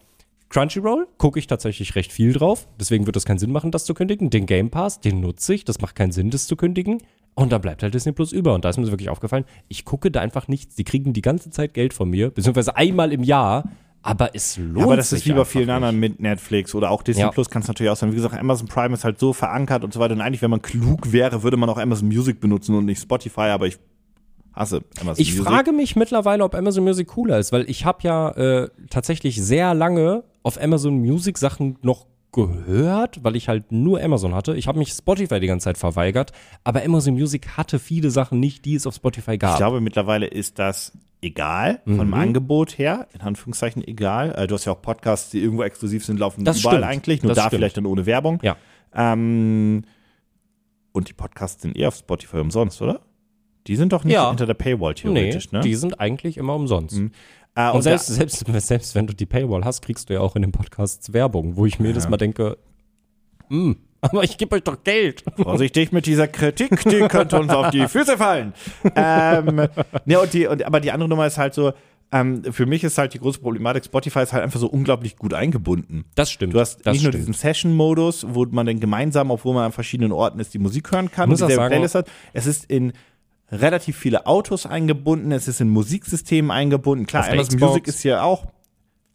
Crunchyroll gucke ich tatsächlich recht viel drauf. Deswegen wird es keinen Sinn machen, das zu kündigen. Den Game Pass, den nutze ich. Das macht keinen Sinn, das zu kündigen. Und dann bleibt halt Disney Plus über. Und da ist mir wirklich aufgefallen, ich gucke da einfach nichts. Die kriegen die ganze Zeit Geld von mir, beziehungsweise einmal im Jahr. Aber es lohnt Aber das sich ist wie bei einfach vielen nicht. anderen mit Netflix oder auch Disney Ja. Plus kann es natürlich auch sein. Wie gesagt, Amazon Prime ist halt so verankert und so weiter. Und eigentlich, wenn man klug wäre, würde man auch Amazon Music benutzen und nicht Spotify, aber ich hasse Amazon Ich Music. frage mich mittlerweile, ob Amazon Music cooler ist, weil ich habe ja äh, tatsächlich sehr lange auf Amazon Music Sachen noch gehört, weil ich halt nur Amazon hatte. Ich habe mich Spotify die ganze Zeit verweigert, aber Amazon Music hatte viele Sachen nicht, die es auf Spotify gab. Ich glaube, mittlerweile ist das egal, von Mhm. dem Angebot her, in Anführungszeichen egal. Äh, Du hast ja auch Podcasts, die irgendwo exklusiv sind, laufen Das überall stimmt. eigentlich, nur Das da stimmt. vielleicht dann ohne Werbung. ja. Ähm, und die Podcasts sind eher auf Spotify umsonst, oder? Die sind doch nicht Ja. hinter der Paywall Nee, theoretisch, ne? die sind eigentlich immer umsonst. Ah, Und und selbst, da, selbst, selbst wenn du die Paywall hast, kriegst du ja auch in den Podcasts Werbung, wo ich mir jedes Mal denke, "Hm, aber ich gebe euch doch Geld. vorsichtig mit dieser Kritik, die könnte uns auf die Füße fallen. ähm, ne, und die, und, aber die andere Nummer ist halt so, ähm, für mich ist halt die große Problematik, Spotify ist halt einfach so unglaublich gut eingebunden. Das stimmt. Du hast das nicht nur stimmt. diesen Session-Modus, wo man dann gemeinsam, obwohl man an verschiedenen Orten ist, die Musik hören kann, Muss auch dieselbe sagen- Playlist hat. Es ist in relativ viele Autos eingebunden, es ist in Musiksystemen eingebunden. Klar, Auf der Amazon Xbox. Music ist hier auch.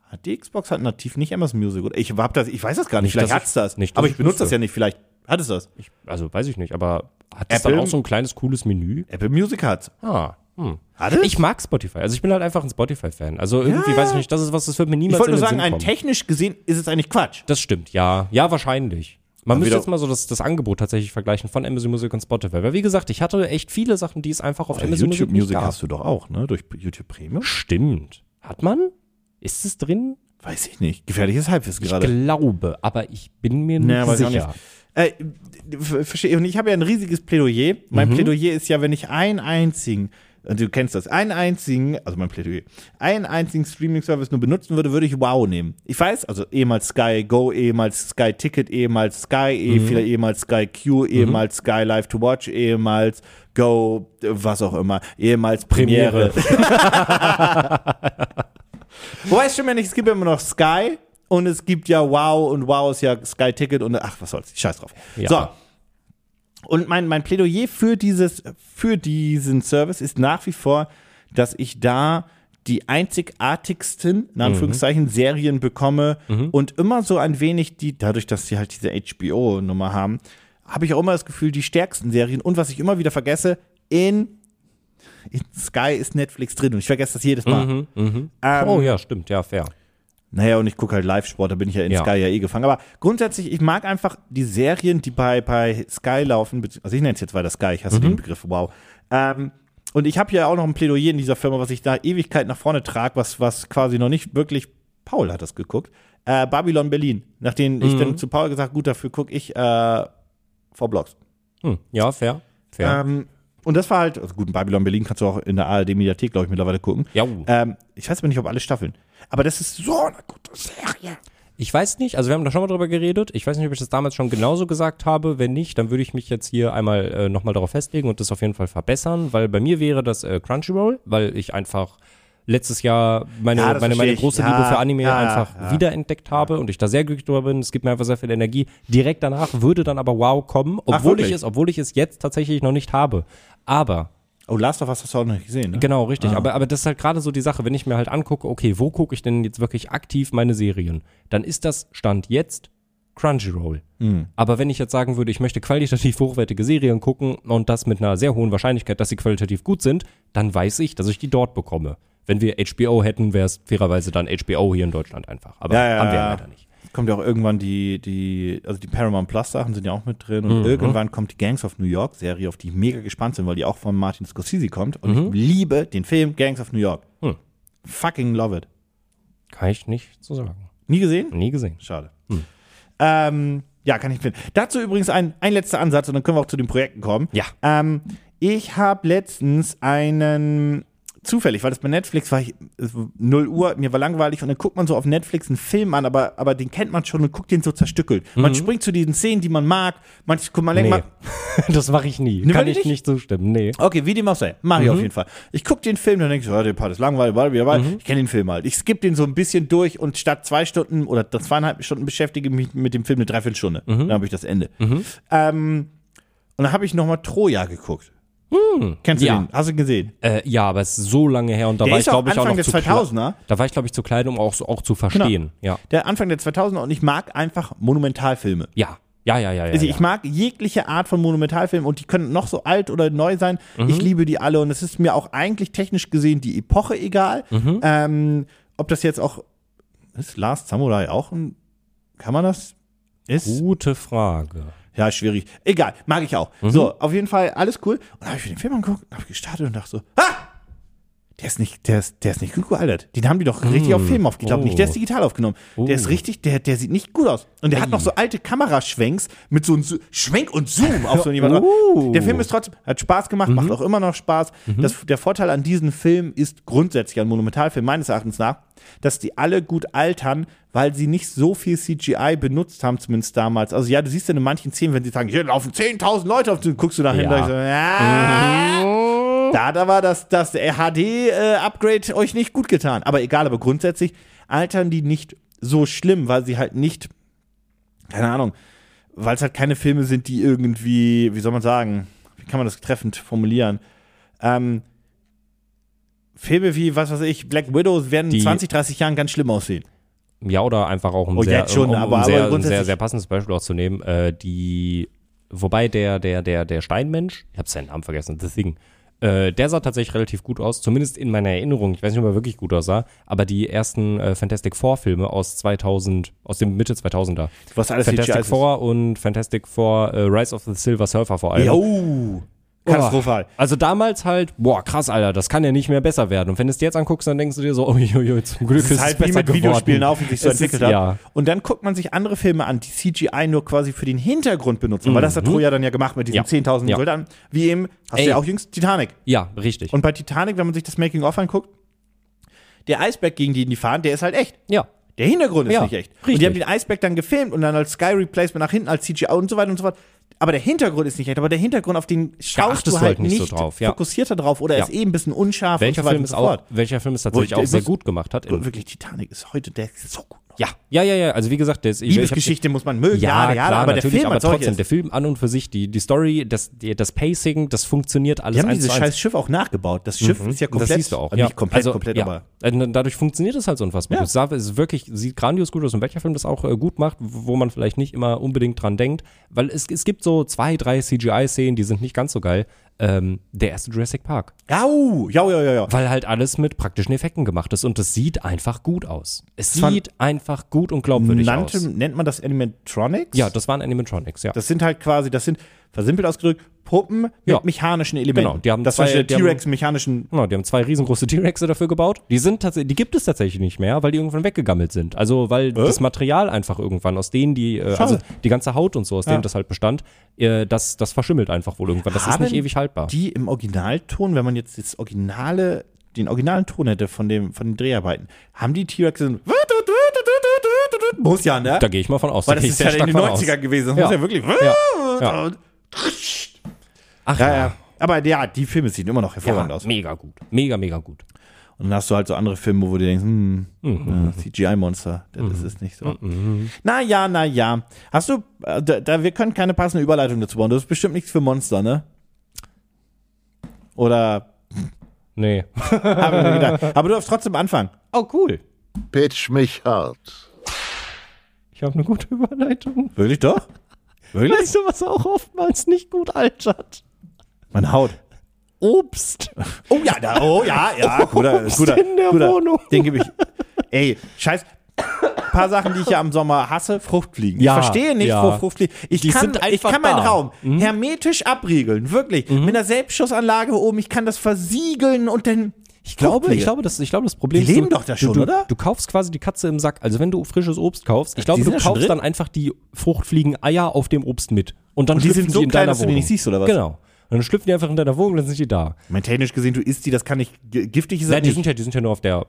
Hat die Xbox hat nativ nicht Amazon Music, oder? Ich hab das, ich weiß das gar nicht. Nicht, dass vielleicht hat's ich- das. nicht, dass aber ich ich benutze wüsste. das ja nicht. Vielleicht hat es das. ich, also weiß ich nicht, aber hat es dann Apple- auch so ein kleines cooles Menü? Apple Music hat's. Ah. Hm. Hat es? Ich mag Spotify. Also ich bin halt einfach ein Spotify-Fan. Also irgendwie weiß ich nicht, das ist was, das wird mir niemals ich wollte in nur den sagen, Sinn ein kommen. technisch gesehen ist es eigentlich Quatsch. Das stimmt, ja. Ja, wahrscheinlich. Man müsste wieder- jetzt mal so das, das Angebot tatsächlich vergleichen von Amazon Music und Spotify. Weil wie gesagt, ich hatte echt viele Sachen, die es einfach auf Amazon YouTube Music Music nicht gab. hast du doch auch, ne? Durch YouTube Premium? Stimmt. Hat man? Ist es drin? Weiß ich nicht. Gefährliches Halbwissen gerade. Glaube, aber ich bin mir nicht Nee, weiß ich auch sicher. Äh, ver- verstehe. Und ich habe ja ein riesiges Plädoyer. Mein Mhm. Plädoyer ist ja, wenn ich einen einzigen, und du kennst das, einen einzigen, also mein Plädoyer, einen einzigen Streaming-Service nur benutzen würde, würde ich Wow nehmen. Ich weiß, also ehemals Sky Go, ehemals Sky Ticket, ehemals Sky E, Mhm. vielleicht ehemals Sky Q, ehemals Sky Live to Watch, ehemals Go, äh, was auch immer, ehemals Premiere. Wobei es stimmt ja nicht, es gibt ja immer noch Sky und es gibt ja Wow und Wow ist ja Sky Ticket und ach, was soll's, scheiß drauf. Ja. So. Und mein, mein Plädoyer für, dieses, für diesen Service ist nach wie vor, dass ich da die einzigartigsten, in Anführungszeichen, Serien bekomme und immer so ein wenig die, dadurch, dass sie halt diese HBO-Nummer haben, habe ich auch immer das Gefühl, die stärksten Serien und was ich immer wieder vergesse, in, in Sky ist Netflix drin und ich vergesse das jedes Mal. Ähm, Oh ja, stimmt, ja, fair. naja, und ich gucke halt Live-Sport, da bin ich ja in Ja. Sky ja eh gefangen. Aber grundsätzlich, ich mag einfach die Serien, die bei, bei Sky laufen, bezieh- also ich nenne es jetzt weiter Sky, ich hasse Mhm. den Begriff, wow. Ähm, und ich habe ja auch noch ein Plädoyer in dieser Firma, was ich da Ewigkeit nach vorne trage, was, was quasi noch nicht wirklich, Paul hat das geguckt, äh, Babylon Berlin. Nachdem ich Mhm. dann zu Paul gesagt, gut, dafür gucke ich äh, V-Blogs. Hm. Ja, fair. Fair. Ähm, und das war halt, also gut, Babylon Berlin kannst du auch in der ARD-Mediathek, glaube ich, mittlerweile gucken. Ja. Ähm, ich weiß aber nicht, ob alle Staffeln. Aber das ist so eine gute Serie. Ich weiß nicht, also wir haben da schon mal drüber geredet. Ich weiß nicht, ob ich das damals schon genauso gesagt habe. Wenn nicht, dann würde ich mich jetzt hier einmal äh, nochmal darauf festlegen und das auf jeden Fall verbessern, weil bei mir wäre das äh, Crunchyroll, weil ich einfach letztes Jahr meine, Ja, das meine, meine verstehe ich. große Ja, Liebe für Anime ja, einfach wiederentdeckt habe und ich da sehr glücklich drüber bin. Es gibt mir einfach sehr viel Energie. Direkt danach würde dann aber wow kommen, obwohl ich wirklich? es, obwohl ich es jetzt tatsächlich noch nicht habe. Aber Oh, Last of Us hast du auch noch nicht gesehen, ne? Genau, richtig. Aber, aber das ist halt gerade so die Sache, wenn ich mir halt angucke, okay, wo gucke ich denn jetzt wirklich aktiv meine Serien? Dann ist das Stand jetzt Crunchyroll. Hm. Aber wenn ich jetzt sagen würde, ich möchte qualitativ hochwertige Serien gucken und das mit einer sehr hohen Wahrscheinlichkeit, dass sie qualitativ gut sind, dann weiß ich, dass ich die dort bekomme. Wenn wir HBO hätten, wäre es fairerweise dann HBO hier in Deutschland einfach. Aber Ja, ja, haben wir ja. leider nicht. Kommt ja auch irgendwann die, die, also die Paramount Plus Sachen sind ja auch mit drin und Mhm. irgendwann kommt die Gangs of New York Serie, auf die ich mega gespannt bin, weil die auch von Martin Scorsese kommt und ich liebe den Film Gangs of New York. Mhm. Fucking love it. Kann ich nicht so sagen. Nie gesehen? Nie gesehen. Schade. Mhm. Ähm, ja, kann ich finden. Dazu übrigens ein, ein letzter Ansatz und dann können wir auch zu den Projekten kommen. Ja. Ähm, ich habe letztens einen zufällig, weil das bei Netflix war, ich, es war 0 Uhr, mir war langweilig und dann guckt man so auf Netflix einen Film an, aber, aber den kennt man schon und guckt den so zerstückelt. Man springt zu diesen Szenen, die man mag, man guckt mal länger. Nee. mal- das mache ich nie. Nee, Kann wirklich ich nicht zustimmen. Nee. Okay, wie dem auch sei. Mach ich Mhm. auf jeden Fall. Ich gucke den Film, dann denke ich, so, ja, der Part ist langweilig, bla, bla, bla. ich kenne den Film halt. Ich skippe den so ein bisschen durch und statt zwei Stunden oder zweieinhalb Stunden beschäftige ich mich mit dem Film eine Dreiviertelstunde. Mhm. Dann habe ich das Ende. Ähm, und dann habe ich nochmal Troja geguckt. Kennst du Hm. Ja. den? Hast du ihn gesehen? Äh, ja, aber es ist so lange her und da Der war ist ich, glaube auch ich, auch noch Anfang zu des klein. 2000er. Da war ich, glaube ich, zu klein, um auch, auch zu verstehen. Ja. Der Anfang der 2000er und ich mag einfach Monumentalfilme. Ja. Ja, ja, ja, ja. Also ja. ich mag jegliche Art von Monumentalfilmen und die können noch so alt oder neu sein. Mhm. Ich liebe die alle und es ist mir auch eigentlich technisch gesehen die Epoche egal. Mhm. Ähm, ob das jetzt auch ist Last Samurai auch ein kann man das ist. Gute Frage. Ja, schwierig. Egal, mag ich auch. Mhm. So, auf jeden Fall, alles cool. Und dann habe ich mir den Film angeguckt, habe gestartet und dachte so, ha! Der ist nicht, der ist, der ist nicht gut gealtert. Den haben die doch richtig auf Film aufgenommen. Oh. Nicht, der ist digital aufgenommen. Der ist richtig, der, der sieht nicht gut aus. Und der hat noch so alte Kameraschwenks mit so einem Zo- Schwenk und Zoom auf so jemanden. Oh. Mhm. Der Film ist trotzdem, hat Spaß gemacht, macht auch immer noch Spaß. Das, der Vorteil an diesem Film ist grundsätzlich an Monumentalfilmen meines Erachtens nach, dass die alle gut altern, weil sie nicht so viel CGI benutzt haben, zumindest damals. Also ja, du siehst ja in manchen Szenen, wenn sie sagen, hier laufen 10.000 Leute auf den, guckst du nachher Ja. Mhm. und so, ja. Da hat aber das, das HD-Upgrade äh, euch nicht gut getan. Aber egal, aber grundsätzlich altern die nicht so schlimm, weil sie halt nicht, keine Ahnung, weil es halt keine Filme sind, die irgendwie, wie soll man sagen, wie kann man das treffend formulieren? Ähm, Filme wie, was weiß ich, Black Widows werden in Die- 20, 30 Jahren ganz schlimm aussehen. Ja, oder einfach auch ein Oh, sehr, jetzt schon, um, um aber- aber sehr, ein grundsätzlich- sehr, sehr passendes Beispiel auch zu nehmen, äh, die, wobei der, der, der, der Steinmensch, ich habe seinen Namen vergessen, The Thing, äh, der sah tatsächlich relativ gut aus, zumindest in meiner Erinnerung. Ich weiß nicht, ob er wirklich gut aussah, aber die ersten äh, Fantastic Four Filme aus 2000, aus dem Mitte 2000er. Was alles CGI Fantastic ist. Four und Fantastic Four äh, Rise of the Silver Surfer vor allem. Jo, Oh, katastrophal. Boah. Also damals halt, boah, krass, Alter, das kann ja nicht mehr besser werden. Und wenn du es dir jetzt anguckst, dann denkst du dir so, oh, jo, jo, zum Glück Es ist halt es wie besser mit geworden. Videospielen auch, wie sich so Es ist- entwickelt hat. Ja. Und dann guckt man sich andere Filme an, die CGI nur quasi für den Hintergrund benutzen, weil das hat Troja dann ja gemacht mit diesen Mhm. Ja. 10.000 Ja. Soldaten, wie eben, hast Ey. du ja auch jüngst, Titanic. ja, richtig. Und bei Titanic, wenn man sich das Making-of anguckt, der Eisberg, gegen den die fahren, der ist halt echt. ja. Der Hintergrund ist Ja, nicht echt. Und richtig. die haben den Eisberg dann gefilmt und dann als Sky Replacement nach hinten, als CGI und so weiter und so fort. Aber der Hintergrund ist nicht echt. Aber der Hintergrund, auf den schaust achtest du du halt halt nicht so nicht drauf, ja. fokussierter drauf oder Ja. ist eben ein bisschen unscharf Welcher und so weiter Film, und ist so auch, fort. welcher Film es tatsächlich Wo ich- auch sehr ich- gut gemacht hat. Und In, wirklich, Titanic ist heute, der ist so gut. noch. ja, ja, ja, ja. Also wie gesagt, der ist, ich, ich hab- Liebesgeschichte muss man mögen, ja, ja, ja, klar, aber der natürlich, Film aber als solches. trotzdem, der Film an und für sich, die, die Story, das, die, das Pacing, das funktioniert alles Die haben eins dieses zu eins. Mhm. scheiß Schiff auch nachgebaut. Das Schiff ist ja komplett. das siehst du auch. also ja. Nicht komplett, also, komplett, ja. aber. Äh, Dadurch funktioniert es halt so unfassbar. Ja. gut. Es sah- es ist wirklich, sieht grandios gut aus. Und welcher Film das auch äh, gut macht, wo man vielleicht nicht immer unbedingt dran denkt, weil es, es gibt so zwei, drei CGI-Szenen, die sind nicht ganz so geil. Ähm, der erste Jurassic Park. Au! Ja, ja, ja, ja. Weil halt alles mit praktischen Effekten gemacht ist und das sieht einfach gut aus. Es war- sieht einfach gut und glaubwürdig Nannte, aus. nennt man das Animatronics? Ja, das waren Animatronics, ja. Das sind halt quasi, das sind, versimpelt ausgedrückt, Puppen Ja. mit mechanischen Elementen. Genau, die haben das zwei- war der die haben- T-Rex mechanischen. Genau, die haben zwei riesengroße T-Rexe dafür gebaut. Die sind tatsächlich, die gibt es tatsächlich nicht mehr, weil die irgendwann weggegammelt sind. Also weil das Material einfach irgendwann aus denen die, äh, also die ganze Haut und so, aus denen das halt bestand, äh, das, das verschimmelt einfach wohl irgendwann. Das Haben ist nicht ewig haltbar. Die im Originalton, wenn man jetzt das originale, den originalen Ton hätte von, dem, von den Dreharbeiten, haben die T-Rexe. Muss ja, ne? da gehe ich mal von aus. Weil das da gehe ich ist sehr ja in stark den von aus. 90ern gewesen. Das Ja. muss ja wirklich. Ja. Ach Ja, ja, ja. Aber ja, die Filme sehen immer noch hervorragend Ja, aus. mega gut. Mega, mega gut. Und dann hast du halt so andere Filme, wo du denkst, hm, ja, CGI-Monster, das ist es nicht so. Na ja, na ja. Hast du, äh, da, da, wir können keine passende Überleitung dazu bauen. Du hast bestimmt nichts für Monster, ne? Oder, Nee. hab ich mir gedacht. aber du darfst trotzdem anfangen. Oh, cool. Pitch mich hart. Ich habe eine gute Überleitung. Wirklich doch? Wirklich? Weißt du, was auch oftmals nicht gut altert? Meine Haut. Obst. Oh ja, da, oh ja, ja, guter, Obst guter, in der guter, Wohnung. den gebe ich. Ey, scheiß, paar Sachen, die ich ja am Sommer hasse, Fruchtfliegen. Ja, ich verstehe nicht, ja. wo Fruchtfliegen. Ich Die kann, sind ich einfach kann meinen da. Mhm. Raum hermetisch abriegeln, wirklich. Mit einer Selbstschussanlage oben, ich kann das versiegeln und dann. Ich glaube, ich Fruchtfliegen. glaube, das, ich glaube, das Problem Die ist. leben du, doch da schon, du, du, oder? Du kaufst quasi die Katze im Sack. Also, wenn du frisches Obst kaufst, ich glaube, sind du ja schon kaufst drin. dann einfach die Fruchtfliegen-Eier auf dem Obst mit. Und dann Und die schlüpfen sind so in klein, deiner dass du die Wohnung. nicht siehst, oder was? Genau. Und dann schlüpfen die einfach in deiner Wohnung, dann sind die da. Ich meine, technisch gesehen, du isst die, das kann nicht, ge- giftig ist das Nein, die nicht. sind ja, die sind ja nur auf der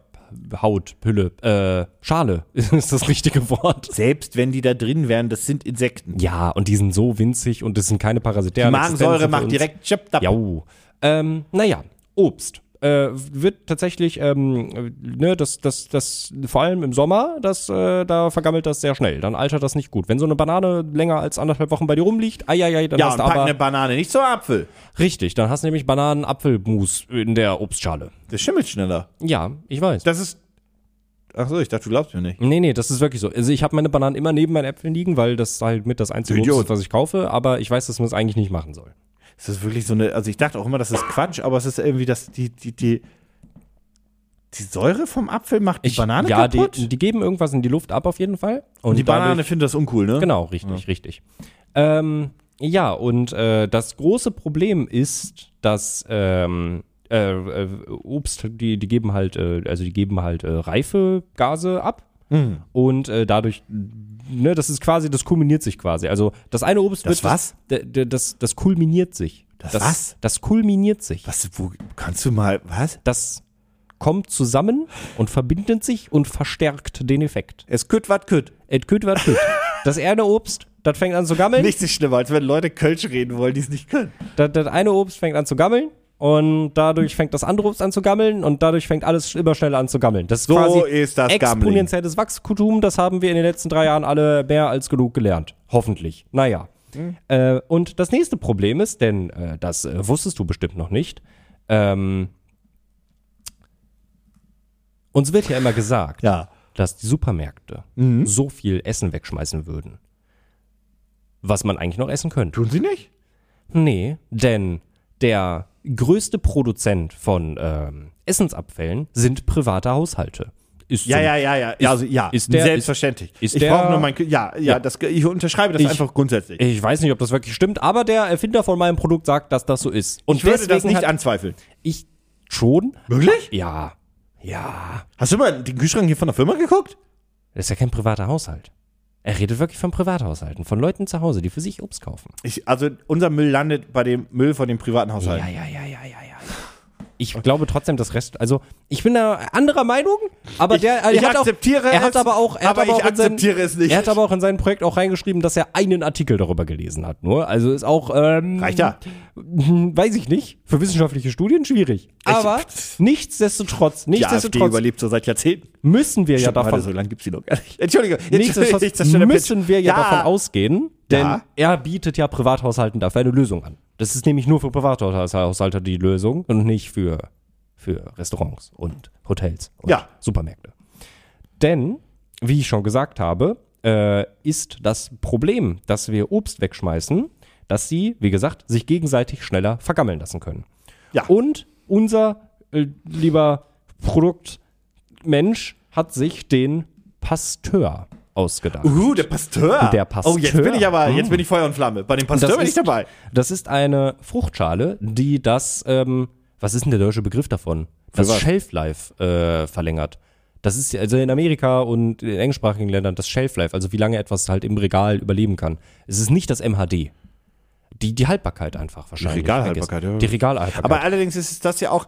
Haut, Hülle, äh, Schale ist das richtige Wort. Selbst wenn die da drin wären, das sind Insekten. Ja, und die sind so winzig und das sind keine parasitären Existenzen Magensäure für macht uns. direkt Chip da. Jau. Ähm, naja, Obst. Äh, wird tatsächlich, ähm, äh, ne, das, das, das, vor allem im Sommer, das, äh, da vergammelt das sehr schnell. Dann altert das nicht gut. Wenn so eine Banane länger als anderthalb Wochen bei dir rumliegt, ai, ai, ai, dann Ja, hast und du pack aber. eine Banane nicht zum Apfel. Richtig, dann hast du nämlich Bananen-Apfelmus in der Obstschale. Das schimmelt schneller. Ja, ich weiß. Das ist. Ach so, ich dachte, du glaubst mir nicht. Nee, nee, das ist wirklich so. Also ich habe meine Bananen immer neben meinen Äpfeln liegen, weil das halt mit das einzige Obst Idiot. ist, was ich kaufe, aber ich weiß, dass man es eigentlich nicht machen soll. Es ist wirklich so eine, also ich dachte auch immer, das ist Quatsch, aber es ist irgendwie das, die, die, die, Die Säure vom Apfel macht die Banane ja, kaputt? Die, die geben irgendwas in die Luft ab auf jeden Fall. und die Banane dadurch- findet das uncool, ne? Genau, richtig, richtig. Ähm, ja, und äh, das große Problem ist, dass ähm, äh, äh, Obst, die, die geben halt, äh, also die geben halt äh, reife Gase ab Mhm. und äh, dadurch, ne, das ist quasi, das kulminiert sich quasi. Also das eine Obst Das wird was? Das, d- d- das, das kulminiert sich. Das was? Das kulminiert sich. Was, wo, kannst du mal, was? Das kommt zusammen und verbindet sich und verstärkt den Effekt. Es kütt, wat kütt. Et küt wat küt. Das eine Obst, das fängt an zu gammeln. Nichts ist schlimmer, als wenn Leute Kölsch reden wollen, die es nicht können. das, das eine Obst fängt an zu gammeln und dadurch fängt das andere Obst an zu gammeln und dadurch fängt alles immer schneller an zu gammeln. Das ist So quasi ist das Gammeln. exponentielles Wachstum, das haben wir in den letzten drei Jahren alle mehr als genug gelernt. Hoffentlich. Naja. Mhm. Äh, und das nächste Problem ist, denn äh, das äh, wusstest du bestimmt noch nicht, ähm, uns wird ja immer gesagt, Ja. Mhm. dass die Supermärkte so viel Essen wegschmeißen würden, was man eigentlich noch essen könnte. Tun sie nicht? Nee, denn der größte Produzent von ähm, Essensabfällen sind private Haushalte. Ist Ja, so- ja, ja, ja. ja, also, ja. ist der- selbstverständlich. ist- ist ich der- brauche nur mein, Kö- ja, ja, Ja. Das, ich unterschreibe das Ich- einfach grundsätzlich. Ich weiß nicht, ob das wirklich stimmt, aber der Erfinder von meinem Produkt sagt, dass das so ist. Und ich würde das deswegen nicht hat anzweifeln. Ich schon? Wirklich? Ja. Ja. Hast du mal den Kühlschrank hier von der Firma geguckt? Das ist ja kein privater Haushalt. Er redet wirklich von Privathaushalten, von Leuten zu Hause, die für sich Obst kaufen. Ich, also unser Müll landet bei dem Müll von dem privaten Haushalt. Ja, ja, ja, ja, ja, ja. Ich glaube trotzdem, das Rest, also ich bin da anderer Meinung, aber der, äh, ich er hat akzeptiere auch, er es, hat aber auch, er aber hat aber ich auch in seinen- akzeptiere es nicht. Er hat aber auch in seinem Projekt auch reingeschrieben, dass er einen Artikel darüber gelesen hat. Nur, also ist auch, ähm, Reicht ja. hm, weiß ich nicht, für wissenschaftliche Studien schwierig. Aber nichtsdestotrotz, Die AfD nichtsdestotrotz überlebt so seit Jahrzehnten. müssen wir ja Stimmt, warte, davon so lange gibt's die noch gar nicht. Entschuldigung, jetzt Nichtsdestotrotz ich das schon der müssen Pitch. wir ja, davon ausgehen, denn Ja. er bietet ja Privathaushalten dafür eine Lösung an. Das ist nämlich nur für Privathaushalte die Lösung und nicht für, für Restaurants und Hotels und Ja. Supermärkte. Denn, wie ich schon gesagt habe, äh, ist das Problem, dass wir Obst wegschmeißen, dass sie, wie gesagt, sich gegenseitig schneller vergammeln lassen können. Ja. Und unser äh, lieber Produktmensch hat sich den Pasteur ausgedacht. Uh, der Pasteur. Der Pasteur. Oh, jetzt bin ich aber, jetzt bin ich Feuer und Flamme. Bei dem Pasteur Das bin ich ist- dabei. Das ist eine Fruchtschale, die das, ähm, was ist denn der deutsche Begriff davon? was? Das Shelf Life äh, verlängert. Das ist ja- also in Amerika und in englischsprachigen Ländern das Shelf Life, also wie lange etwas halt im Regal überleben kann. Es ist nicht das MHD. Die, die Haltbarkeit einfach wahrscheinlich. Regalhaltbarkeit, vergessen. ja. Die Regalhaltbarkeit. Aber allerdings ist es das ja auch.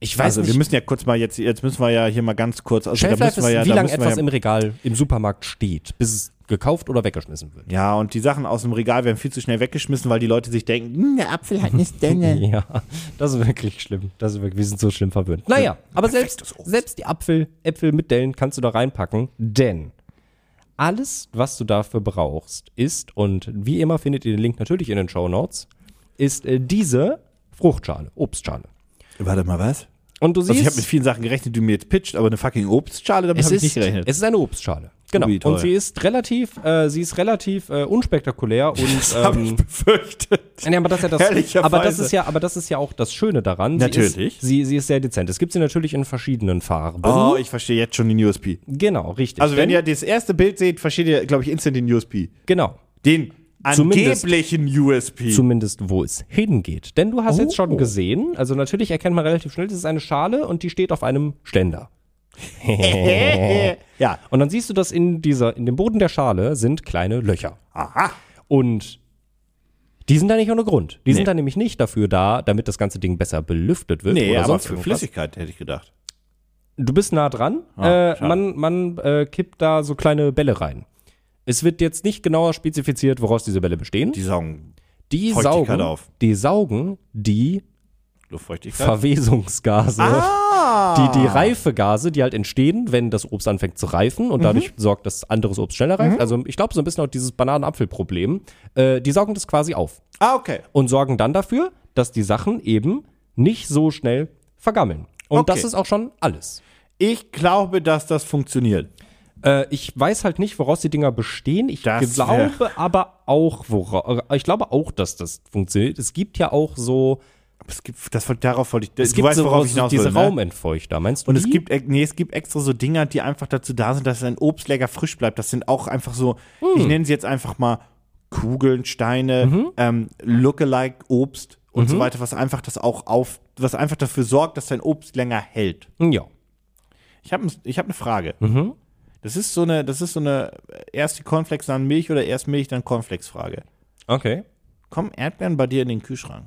ich weiß also, nicht, wir müssen ja kurz mal jetzt, jetzt müssen wir ja hier mal ganz kurz. Also, Shelf da Life müssen ist, wir ja, wie da lange müssen etwas wir im Regal im Supermarkt steht, bis es gekauft oder weggeschmissen wird. ja, ja, und die Sachen aus dem Regal werden viel zu schnell weggeschmissen, weil die Leute sich denken, hm, der Apfel hat eine Stelle. Ja, das ist wirklich schlimm. Das ist wirklich, wir sind so schlimm verwöhnt. Naja, aber selbst, selbst die Apfel, Äpfel mit Dellen kannst du da reinpacken, denn alles, was du dafür brauchst, ist, und wie immer findet ihr den Link natürlich in den Show Notes, ist äh, diese Fruchtschale, Obstschale. Warte mal, was? Und du Also, ich siehst, habe mit vielen Sachen gerechnet, die du mir jetzt pitcht, aber eine fucking Obstschale, damit es, habe ich nicht ist, gerechnet. es ist eine Obstschale. Genau. Ui, toll. und sie ist relativ, äh, sie ist relativ äh, unspektakulär und habe ähm, befürchtet. Nee, aber das ist ja das, Ehrlicherweise. aber das ist ja, aber das ist ja auch das Schöne daran. Sie Natürlich. ist, sie, sie ist sehr dezent. Es gibt sie natürlich in verschiedenen Farben. Oh, ich verstehe jetzt schon den USP. Genau, richtig. Also, wenn Denn- ihr das erste Bild seht, versteht ihr, glaube ich, instant den USP. genau, Den Zumindest- angeblichen USP. zumindest wo es hingeht. Denn du hast Oh. jetzt schon gesehen, also natürlich erkennt man relativ schnell, das ist eine Schale und die steht auf einem Ständer. Oh. ja. Und dann siehst du, dass in dieser, in dem Boden der Schale sind kleine Löcher. Aha. Und die sind da nicht ohne Grund. Die Nee. sind da nämlich nicht dafür da, damit das ganze Ding besser belüftet wird. Nee, oder aber sonst für irgendwas. Flüssigkeit hätte ich gedacht. Du bist nah dran. Ah, äh, schade. man man äh, kippt da so kleine Bälle rein. Es wird jetzt nicht genauer spezifiziert, woraus diese Bälle bestehen. Die saugen Die Feuchtigkeit saugen, auf. die saugen die Luftfeuchtigkeit. Verwesungsgase, Ah. die, die Reifegase, die halt entstehen, wenn das Obst anfängt zu reifen Mhm. und dadurch sorgt, dass anderes Obst schneller reift. Also ich glaube so ein bisschen auch dieses Bananenapfelproblem. Äh, die saugen das quasi auf ah, okay. und sorgen dann dafür, dass die Sachen eben nicht so schnell vergammeln. Und Okay. das ist auch schon alles. Ich glaube, dass das funktioniert. Äh, ich weiß halt nicht, woraus die Dinger bestehen. Ich Das glaube aber auch, wora, äh, ich glaube auch, dass das funktioniert. Es gibt ja auch so Es gibt, das, darauf wollte ich, Es gibt so, so diese ne? Raumentfeuchter, meinst du? Und es die? gibt, ex- nee, es gibt extra so Dinger, die einfach dazu da sind, dass ein Obst lecker frisch bleibt. Das sind auch einfach so, ich nenne sie jetzt einfach mal Kugeln, Steine, ähm, Lookalike Obst und so weiter, was einfach das auch auf, was einfach dafür sorgt, dass dein Obst länger hält. ja. Ich habe ich hab eine Frage. Das ist so eine, das ist so eine erst die Cornflakes, dann Milch oder erst Milch, dann Cornflakes-Frage. Okay. Kommen Erdbeeren bei dir in den Kühlschrank?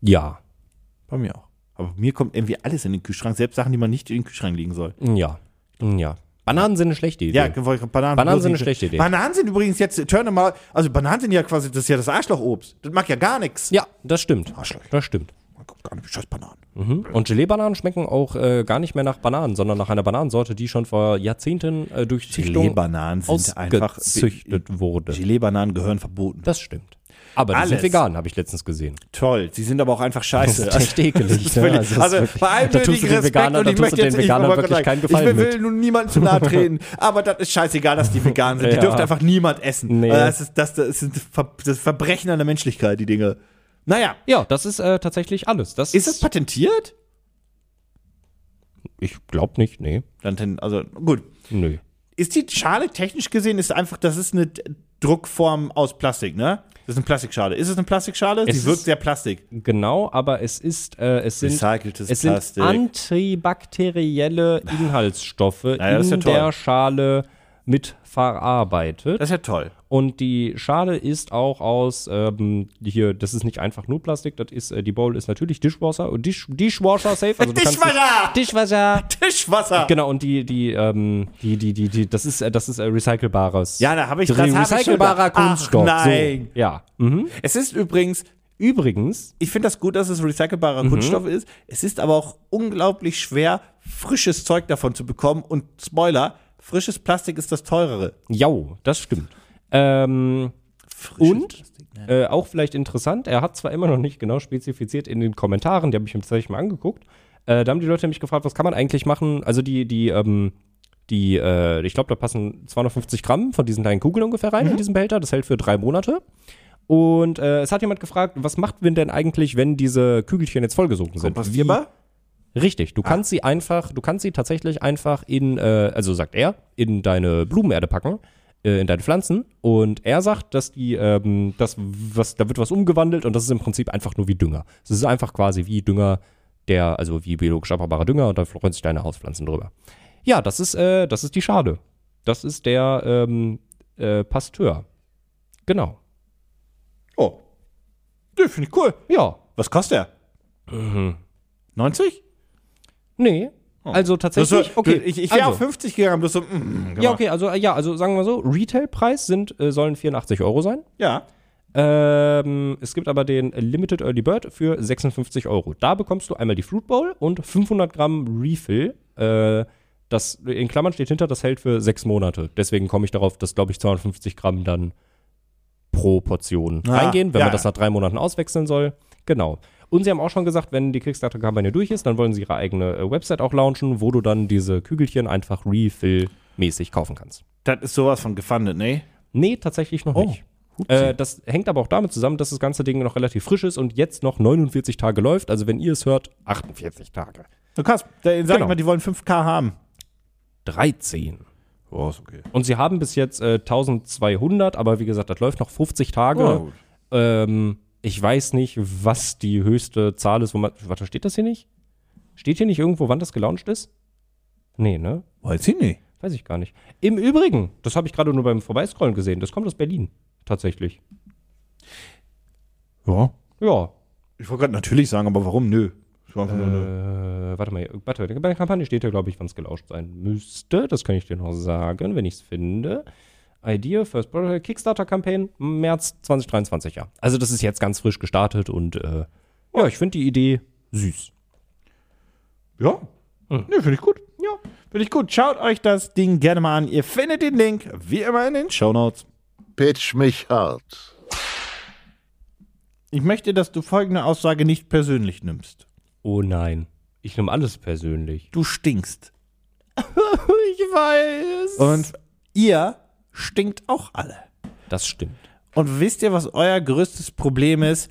Ja. Bei mir auch. Aber bei mir kommt irgendwie alles in den Kühlschrank, selbst Sachen, die man nicht in den Kühlschrank legen soll. Ja. Ja. Bananen sind eine schlechte Idee. Ja, gewollt- Bananen, Bananen bloß sind eine nicht- schlechte Idee. Bananen sind übrigens jetzt, turn mal, also Bananen sind ja quasi, das ist ja das Arschlochobst. Das mag ja gar nichts. ja das stimmt. Arschlöcher. Das stimmt. Man kommt gar nicht mit scheiß Bananen. Mhm. Und Gelee-Bananen schmecken auch äh, gar nicht mehr nach Bananen, sondern nach einer Bananensorte, die schon vor Jahrzehnten äh, durch Züchtung Gelee-Bananen sind einfach- ausgezüchtet wurde. Gelee-Bananen gehören verboten. Das stimmt. Aber die Alles. sind vegan, habe ich letztens gesehen. Toll, sie sind aber auch einfach scheiße. Das ist echt ekelig, Das ne? will ich- Also das Also, ist wirklich- bei allem da tust du nötigen den Respekt Veganern- und da ich tust du möchte den jetzt ich Veganern wollte wirklich sagen, keinen Gefallen Ich will, mit. nun niemandem zu nahe treten, aber das ist scheißegal, dass die vegan sind. Die Ja. dürfen einfach niemand essen. Also, Nee. Das, ist, das, das sind Ver das ist Verbrechen an der Menschlichkeit, die Dinge. Naja, Ja, das ist äh, tatsächlich alles. Das ist das patentiert? Ich glaube nicht, nee. Dann, ten- also, gut. Nö. Ist die Schale technisch gesehen, ist einfach, das ist eine D- Druckform aus Plastik, ne? Das ist eine Plastikschale. Ist es eine Plastikschale? Es Sie wirkt ist- sehr plastik. Genau, aber es ist, äh, es sind, Recyceltes es sind Plastik. Ah. antibakterielle Inhaltsstoffe ja, das in ist ja toll. der Schale mit verarbeitet. Das ist ja toll. Und die Schale ist auch aus, ähm, hier, das ist nicht einfach nur Plastik, das ist, äh, die Bowl ist natürlich Dishwasser, und Dish, Dishwasher safe. Also du kannst- Dishwasher! Dishwasher! Tischwasser. Genau, und die, die, ähm, die, die, die, die, das ist, äh, das ist äh, recycelbares. Ja, da hab ich- das Drin- hab ich schon Recycelbarer gedacht. Ach, Kunststoff. nein. So, ja. Mhm. Es ist übrigens Übrigens, ich finde das gut, dass es Mhm. recycelbarer Kunststoff ist. Es ist aber auch unglaublich schwer, frisches Zeug davon zu bekommen. Und Spoiler, frisches Plastik ist das teurere. jau, das stimmt. Ähm, Frisches Und? Äh, auch vielleicht interessant, er hat zwar immer noch nicht genau spezifiziert in den Kommentaren, die habe ich mir tatsächlich mal angeguckt. Äh, da haben die Leute mich gefragt, was kann man eigentlich machen? Also die, die, ähm, die, äh, ich glaube, da passen 250 Gramm von diesen kleinen Kugeln ungefähr rein in diesen Behälter. Das hält für drei Monate. Und äh, es hat jemand gefragt, was macht man denn eigentlich, wenn diese Kügelchen jetzt vollgesogen sind? Kompostierbar? Richtig, Ah. du kannst sie einfach, du kannst sie tatsächlich einfach in, äh, also sagt er, in deine Blumenerde packen, äh, in deine Pflanzen. Und er sagt, dass die, ähm, das, was, da wird was umgewandelt und das ist im Prinzip einfach nur wie Dünger. Es ist einfach quasi wie Dünger, der, also wie biologisch abbaubarer Dünger und da freuen sich deine Hauspflanzen drüber. Ja, das ist, äh, das ist die Schade. Das ist der ähm, äh, Pasteur. Genau. Oh. Ja, finde ich cool. Ja, Was kostet er? Mhm. 90? nee. Also Oh. Das ist tatsächlich, so- okay. Ich, ich wäre also. auf 50 gegangen, bloß so, mm, Ja, okay, also äh, ja, also sagen wir so, Retailpreis sind äh, sollen 84 Euro sein. ja. Ähm, es gibt aber den Limited Early Bird für 56 Euro. Da bekommst du einmal die Fruit Bowl und 500 Gramm Refill. Äh, das in Klammern steht hinter, das hält für sechs Monate. Deswegen komme ich darauf, dass glaube ich 250 Gramm dann pro Portion Ah, reingehen, wenn ja, man das ja. nach drei Monaten auswechseln soll. Genau. Und sie haben auch schon gesagt, wenn die Kickstarter-Kampagne durch ist, dann wollen sie ihre eigene äh, Website auch launchen, wo du dann diese Kügelchen einfach Refill-mäßig kaufen kannst. Das ist sowas von gefundet, ne? Nee, tatsächlich noch nicht. Äh, das hängt aber auch damit zusammen, dass das ganze Ding noch relativ frisch ist und jetzt noch 49 Tage läuft. Also wenn ihr es hört, 48 Tage. Du kannst, dann sag Genau. ich mal, die wollen 5K haben. 13. Oh, ist okay. Und sie haben bis jetzt äh, 1200, aber wie gesagt, das läuft noch 50 Tage. ähm, ich weiß nicht, was die höchste Zahl ist, wo man. Warte, steht das hier nicht? Steht hier nicht irgendwo, wann das gelauncht ist? Nee, ne? Weiß ich nicht. Weiß ich gar nicht. Im Übrigen, das habe ich gerade nur beim Vorbeiscrollen gesehen, das kommt aus Berlin. Tatsächlich. Ja. Ja, Ich wollte gerade natürlich sagen, aber warum? Nö. Ich war einfach nur eine- Äh, warte mal, warte, bei der Kampagne steht ja, glaube ich, wann es gelauscht sein müsste. Das kann ich dir noch sagen, wenn ich es finde. Idea, First Prototype, Kickstarter Campaign, März 2023, ja. Also das ist jetzt ganz frisch gestartet und äh, ja, ich finde die Idee süß. Ja. Nee, finde ich gut. Äh. Ja. Finde ich gut. Schaut euch das Ding gerne mal an. Ihr findet den Link wie immer in den Shownotes. Pitch mich hart. Ich möchte, dass du folgende Aussage nicht persönlich nimmst. Oh nein. Ich nehme alles persönlich. Du stinkst. Ich weiß. Und ihr stinkt auch alle. Das stimmt. Und wisst ihr, was euer größtes Problem ist?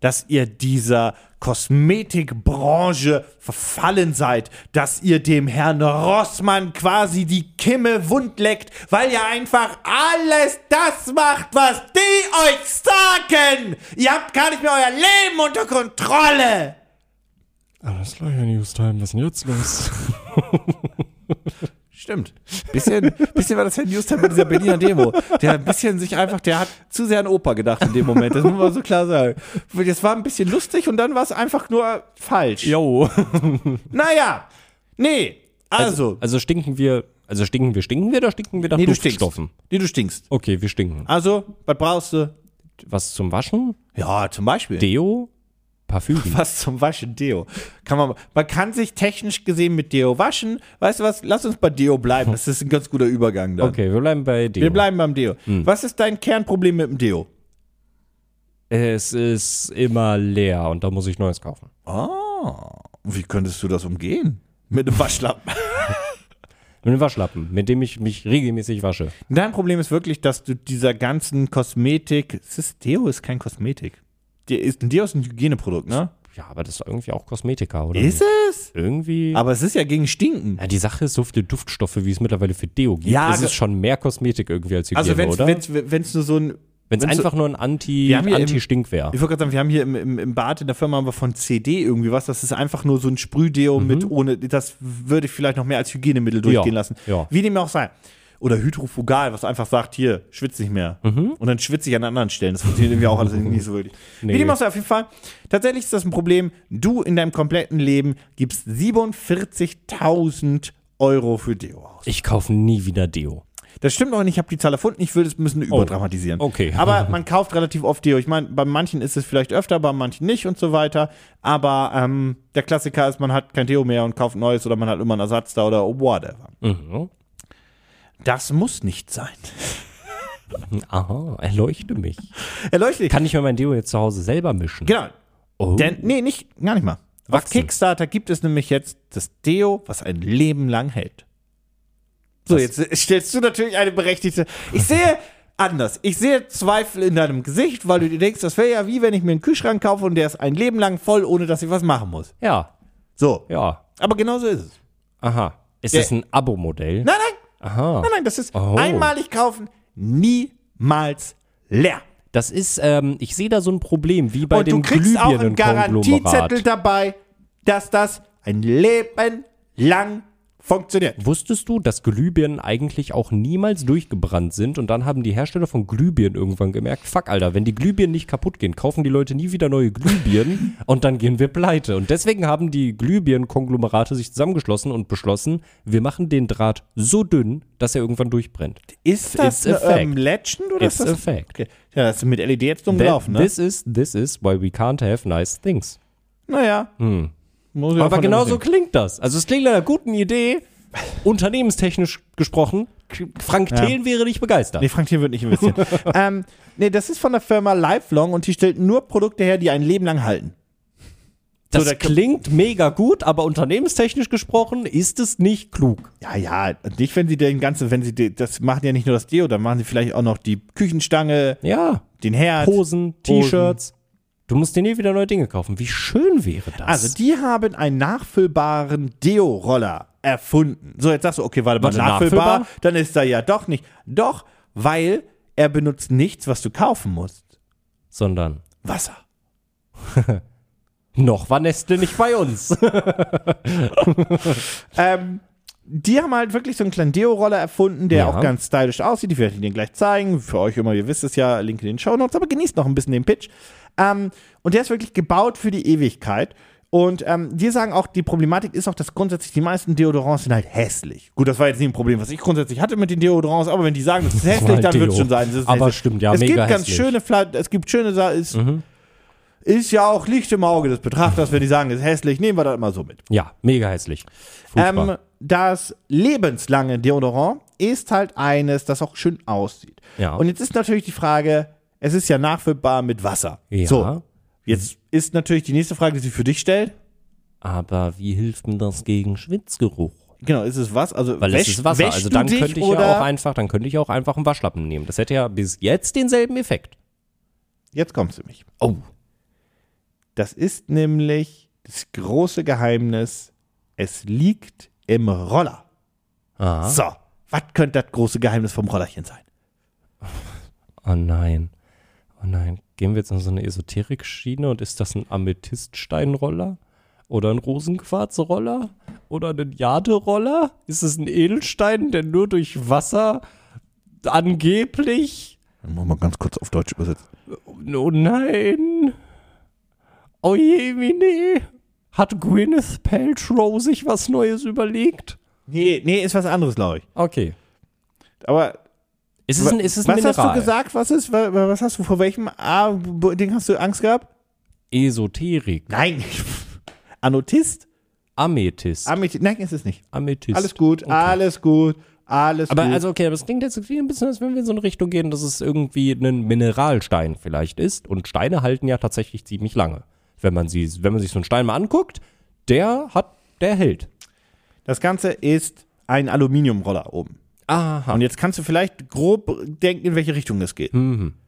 Dass ihr dieser Kosmetikbranche verfallen seid, dass ihr dem Herrn Rossmann quasi die Kimme wund leckt, weil ihr einfach alles das macht, was die euch sagen. Ihr habt gar nicht mehr euer Leben unter Kontrolle. Alles klar, Herr Newstime, was ist denn jetzt los? Stimmt. Bisschen, bisschen war das Herr Newstime bei dieser Berliner Demo. Der ein bisschen sich einfach, der hat zu sehr an Opa gedacht in dem Moment. Das muss man so klar sagen. Das war ein bisschen lustig und dann war es einfach nur falsch. Jo. Naja. Nee. Also. Also, also stinken wir, also stinken wir, stinken wir oder stinken wir nach nee, du stinkst. Duftstoffen? Nee, du stinkst. Okay, wir stinken. Also, was brauchst du? Was zum Waschen? Ja, zum Beispiel. Deo? Parfüm? was zum Waschen, Deo. Kann man, man kann sich technisch gesehen mit Deo waschen. Weißt du was? Lass uns bei Deo bleiben. Das ist ein ganz guter Übergang dann. Okay, Hm. wir bleiben bei Deo. Wir bleiben beim Deo. Was ist dein Kernproblem mit dem Deo? Es ist immer leer und da muss ich Neues kaufen. Wie könntest du das umgehen? Mit einem Waschlappen. Mit einem Waschlappen, mit dem ich mich regelmäßig wasche. Dein Problem ist wirklich, dass du dieser ganzen Kosmetik. Es ist, Deo ist kein Kosmetik. Die ist, Deo ist ein Hygieneprodukt, ne? Ja, aber das ist irgendwie auch Kosmetika, oder? Ist es? Irgendwie. Aber es ist ja gegen Stinken. ja, die Sache ist, so viele Duftstoffe, wie es mittlerweile für Deo gibt, Ja, es ge- ist schon mehr Kosmetik irgendwie als Hygiene, Also wenn oder? es wenn's nur so ein Wenn es wenn's so- einfach nur ein Anti- Wir haben hier im- Anti-Stink wäre. Ich wollte gerade sagen, wir haben hier im, im, im Bad in der Firma haben wir von CD irgendwie was. Das ist einfach nur so ein Sprühdeo mit ohne. Das würde ich vielleicht noch mehr als Hygienemittel durchgehen lassen. Mhm. ja. Wie dem auch sei. Oder Hydrofugal, was einfach sagt, hier, schwitz nicht mehr. Mhm. Und dann schwitze ich an anderen Stellen. Das funktioniert irgendwie auch alles nicht so wirklich. Wie dem auch sei, auf jeden Fall. Tatsächlich ist das ein Problem. Du in deinem kompletten Leben gibst 47.000 Euro für Deo aus. Ich kaufe nie wieder Deo. Das stimmt noch nicht, ich habe die Zahl erfunden, ich würde es ein bisschen überdramatisieren. Oh, okay. Aber man kauft relativ oft Deo. Ich meine, bei manchen ist es vielleicht öfter, bei manchen nicht und so weiter. Aber ähm, der Klassiker ist, man hat kein Deo mehr und kauft neues oder man hat immer einen Ersatz da oder whatever. Mhm. Das muss nicht sein. Aha, erleuchte mich. Erleuchte dich. Kann ich mir mein Deo jetzt zu Hause selber mischen? Genau. Oh. Denn, nee, nicht, gar nicht mal. Auf Wachsen. Kickstarter gibt es nämlich jetzt das Deo, was ein Leben lang hält. So, jetzt äh, stellst du natürlich eine berechtigte. Ich sehe anders. Ich sehe Zweifel in deinem Gesicht, weil du dir denkst, das wäre ja wie wenn ich mir einen Kühlschrank kaufe und der ist ein Leben lang voll, ohne dass ich was machen muss. Ja, So. ja. Aber genau so ist es. Aha. Ist Der- das ein Nein, Abo-Modell? nein. Aha. Nein, nein, das ist Oh. einmalig kaufen, niemals leer. Das ist, ähm, ich sehe da so ein Problem, wie bei und du dem kriegst auch einen Garantiezettel Glühbirnenkonglomerat. dabei, dass das ein Leben lang funktioniert. Wusstest du, dass Glühbirnen eigentlich auch niemals durchgebrannt sind und dann haben die Hersteller von Glühbirnen irgendwann gemerkt, fuck Alter, wenn die Glühbirnen nicht kaputt gehen, kaufen die Leute nie wieder neue Glühbirnen und dann gehen wir pleite. Und deswegen haben die Glühbirnenkonglomerate sich zusammengeschlossen und beschlossen, wir machen den Draht so dünn, dass er irgendwann durchbrennt. Ist das It's a eine fact. Urban Legend oder It's ist das a fact. Okay. Ja, das ist mit LED jetzt dumm gelaufen, ne? This is, this is why we can't have nice things. Naja. Muss ich auch Aber von genau so absehen. klingt das. Also es klingt nach einer guten Idee, unternehmenstechnisch gesprochen. K- Frank Thelen wäre nicht begeistert. Nee, Frank Thiel wird nicht investieren. ähm, nee, das ist von der Firma Lifelong und die stellt nur Produkte her, die ein Leben lang halten. das so, da- klingt mega gut, aber unternehmenstechnisch gesprochen ist es nicht klug. Ja, ja, nicht, wenn sie den ganzen, wenn sie, die, das machen ja nicht nur das Deo, dann machen sie vielleicht auch noch die Küchenstange, Ja. den Herd. Hosen, Hosen. T-Shirts. Du musst dir nie wieder neue Dinge kaufen. Wie schön wäre das? Also, die haben einen nachfüllbaren Deo-Roller erfunden. So, jetzt sagst du, okay, warte mal, Warte, nachfüllbar, nachfüllbar? dann ist er ja doch nicht. Doch, weil er benutzt nichts, was du kaufen musst. Sondern Wasser. noch war Nestle nicht bei uns. Ähm, die haben halt wirklich so einen kleinen Deo-Roller erfunden, der Ja. auch ganz stylisch aussieht. Ich werde ihn dir gleich zeigen. Für euch immer, ihr wisst es ja, Link in den Show Notes. Aber genießt noch ein bisschen den Pitch. Ähm, und der ist wirklich gebaut für die Ewigkeit. Und ähm, wir sagen auch, die Problematik ist auch, dass grundsätzlich die meisten Deodorants sind halt hässlich. Gut, das war jetzt nicht ein Problem, was ich grundsätzlich hatte mit den Deodorants, aber wenn die sagen, das ist hässlich, halt dann wird Deo. es schon sein. Das ist Aber hässlich. stimmt, ja, es mega gibt ganz hässlich. Mhm. schöne, Fla es gibt schöne, Sa ist, ist ja auch Licht im Auge des Betrachters, wenn die sagen, ist hässlich, nehmen wir das mal so mit. Ja, mega hässlich. Furchtbar. Ähm, das lebenslange Deodorant ist halt eines, das auch schön aussieht. Ja. Und jetzt ist natürlich die Frage, es ist ja nachfüllbar mit Wasser. Ja. Ähm, So, jetzt ist natürlich die nächste Frage, die sie für dich stellt. Aber wie hilft mir das gegen Schwitzgeruch? Genau, ist es was? Also Weil wäsch, es ist Wasser. wäschst Also du dann dich könnte ich oder ja auch einfach, dann könnte ich auch einfach einen Waschlappen nehmen. Das hätte ja bis jetzt denselben Effekt. Jetzt kommst du mich. Oh. Das ist nämlich das große Geheimnis. Es liegt im Roller. Ah. So, was könnte das große Geheimnis vom Rollerchen sein? Oh nein. Oh nein. Gehen wir jetzt in so eine Esoterik-Schiene und ist das ein Amethyststeinroller? Oder ein Rosenquarzroller? Oder ein Jade-Roller? Ist es ein Edelstein, der nur durch Wasser angeblich? Machen wir ganz kurz auf Deutsch übersetzen. Oh nein. Oh je, Mine. Hat Gwyneth Paltrow sich was Neues überlegt? Nee, nee, ist was anderes, glaube ich. Okay. Aber Ist es ein, ist es ein was Mineral? hast du gesagt? Was ist? wa- wa- Was hast du vor welchem A Ding hast du Angst gehabt? Esoterik. Nein. Anotist? Amethyst. Ameth Nein, ist es nicht. Amethyst. Alles gut, alles gut, alles Aber gut. also okay, aber es klingt jetzt wie ein bisschen, als wenn wir in so eine Richtung gehen, dass es irgendwie ein Mineralstein vielleicht ist. Und Steine halten ja tatsächlich ziemlich lange. Wenn man sie, wenn man sich so einen Stein mal anguckt, der hat, der hält. das Ganze ist ein Aluminiumroller oben. Aha. Und jetzt kannst du vielleicht grob denken, in welche Richtung es geht.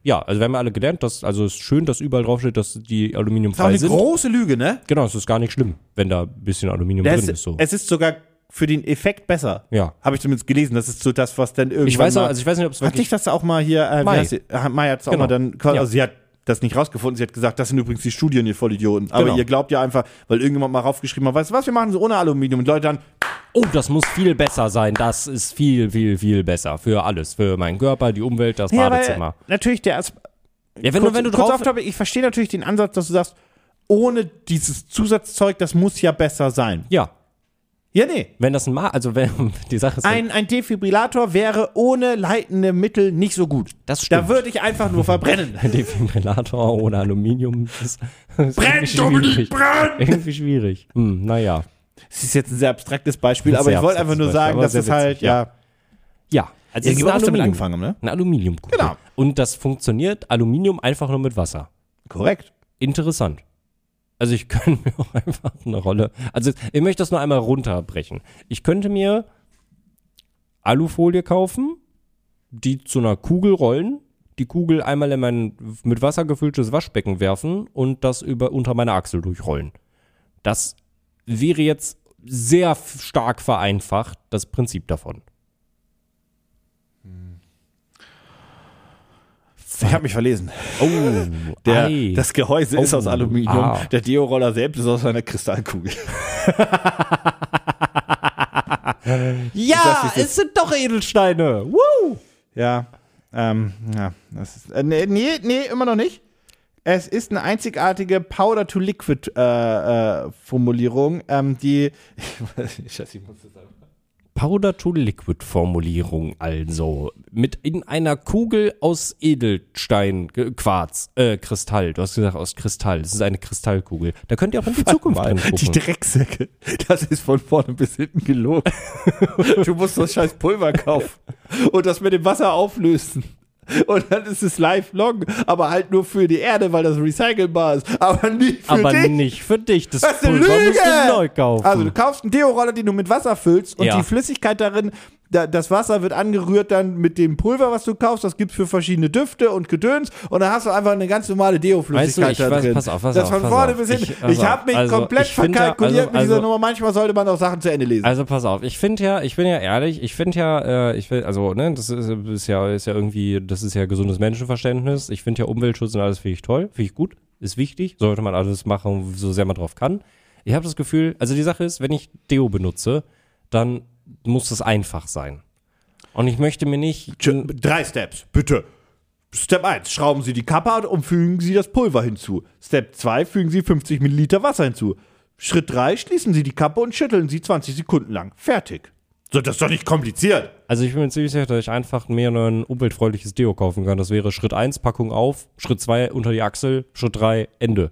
Ja, also wir haben ja alle gelernt, dass, also es ist schön, dass überall draufsteht, dass die aluminiumfrei sind. große Lüge, ne? Genau, es ist gar nicht schlimm, wenn da ein bisschen Aluminium Es, drin ist. So. es ist sogar für den Effekt besser. Ja. Habe ich zumindest gelesen. Das ist so das, was dann irgendwann Ich weiß, mal, aber- also ich weiß nicht, ob es Hat sich wirklich. das auch mal hier, äh, Mai. Mai, Mai hat es auch Genau. mal dann quasi, Ja. also sie hat das nicht rausgefunden, sie hat gesagt, das sind übrigens die Studien, ihr Vollidioten. Aber Genau. ihr glaubt ja einfach, weil irgendjemand mal raufgeschrieben hat, weißt du was, wir machen so ohne Aluminium und Leute dann, Oh, das muss viel besser sein. Das ist viel, viel, viel besser für alles, für meinen Körper, die Umwelt, das ja, Badezimmer. aber natürlich der Asp Ja, wenn du, wenn du kurz drauf, auf Topic, ich verstehe natürlich den Ansatz, dass du sagst, ohne dieses Zusatzzeug, das muss ja besser sein. ja, Ja, nee. wenn das ein Ma also wenn die Sache ist, Ein, ein Defibrillator wäre ohne leitende Mittel nicht so gut. Das stimmt. Da würde ich einfach nur verbrennen. ein Defibrillator ohne Aluminium ist, ist Brenn, Dominik, brenn! irgendwie schwierig. Hm, naja, Das ist jetzt ein sehr abstraktes Beispiel, Sehr aber ich wollte abstraktes einfach nur Beispiel, sagen, aber dass sehr es halt, witzig, ja. ja. Also es ist wir haben ein damit Aluminium- angefangen, ne? Eine Aluminiumkugel. Genau. Und das funktioniert Aluminium einfach nur mit Wasser. Korrekt. Interessant. Also ich könnte mir auch einfach eine Rolle. Also ich möchte das nur einmal runterbrechen. Ich könnte mir Alufolie kaufen, die zu einer Kugel rollen, die Kugel einmal in mein mit Wasser gefülltes Waschbecken werfen und das über unter meine Achsel durchrollen. Das wäre jetzt sehr f- stark vereinfacht das Prinzip davon. Ich habe mich verlesen. Oh, Der, ei. das Gehäuse ist Oh, aus Aluminium. ah. Der Deo-Roller selbst ist aus einer Kristallkugel. ja, es sind doch Edelsteine. Woo! Ja. Ähm, ja. Das ist, äh, nee, nee, nee, immer noch nicht. Es ist eine einzigartige Powder-to-Liquid-Formulierung, ähm, die. Scheiße, ich muss das sagen. Powder-to-Liquid-Formulierung also. Mit in einer Kugel aus Edelstein, G- Quarz, äh, Kristall. Du hast gesagt aus Kristall. Es ist eine Kristallkugel. Da könnt ihr auch in die Zukunft drin Die gucken. Drecksäcke. Das ist von vorne bis hinten gelogen. du musst das scheiß Pulver kaufen und das mit dem Wasser auflösen. Und dann ist es lifelong, aber halt nur für die Erde, weil das recycelbar ist. Aber nicht für Aber dich. nicht für dich. Das, Das ist eine Pulver musst du neu Lüge! kaufen. Also du kaufst einen Deo-Roller, den du mit Wasser füllst und Ja. die Flüssigkeit darin, da, das Wasser wird angerührt dann mit dem Pulver, was du kaufst. Das gibt's für verschiedene Düfte und Gedöns und dann hast du einfach eine ganz normale Deo-Flüssigkeit Weißt du, ich da weiß- drin. pass auf, pass das auf, von pass vorne auf. bis hinten. Ich- Ich, pass auf. habe mich Also, komplett ich finde da- verkalkuliert also- mit dieser also- Nummer. Manchmal sollte man auch Sachen zu Ende lesen. Also pass auf, ich finde ja, ich bin ja ehrlich, ich finde ja, äh, ich will, also, ne, das ist, ist ja, ist ja irgendwie, das ist ja gesundes Menschenverständnis. Ich finde ja Umweltschutz und alles finde ich toll, finde ich gut, ist wichtig, sollte man alles machen, so sehr man drauf kann. Ich habe das Gefühl, also die Sache ist, wenn ich Deo benutze, dann muss das einfach sein. Und ich möchte mir nicht, Tschö, Drei Steps, bitte. Step 1, schrauben Sie die Kappe an und fügen Sie das Pulver hinzu. Step 2, fügen Sie 50 Milliliter Wasser hinzu. Schritt 3, schließen Sie die Kappe und schütteln Sie 20 Sekunden lang. Fertig. So, das ist doch nicht kompliziert. Also ich bin mir ziemlich sicher, dass ich einfach mir ein umweltfreundliches Deo kaufen kann. Das wäre Schritt 1, Packung auf, Schritt 2 unter die Achsel, Schritt 3, Ende.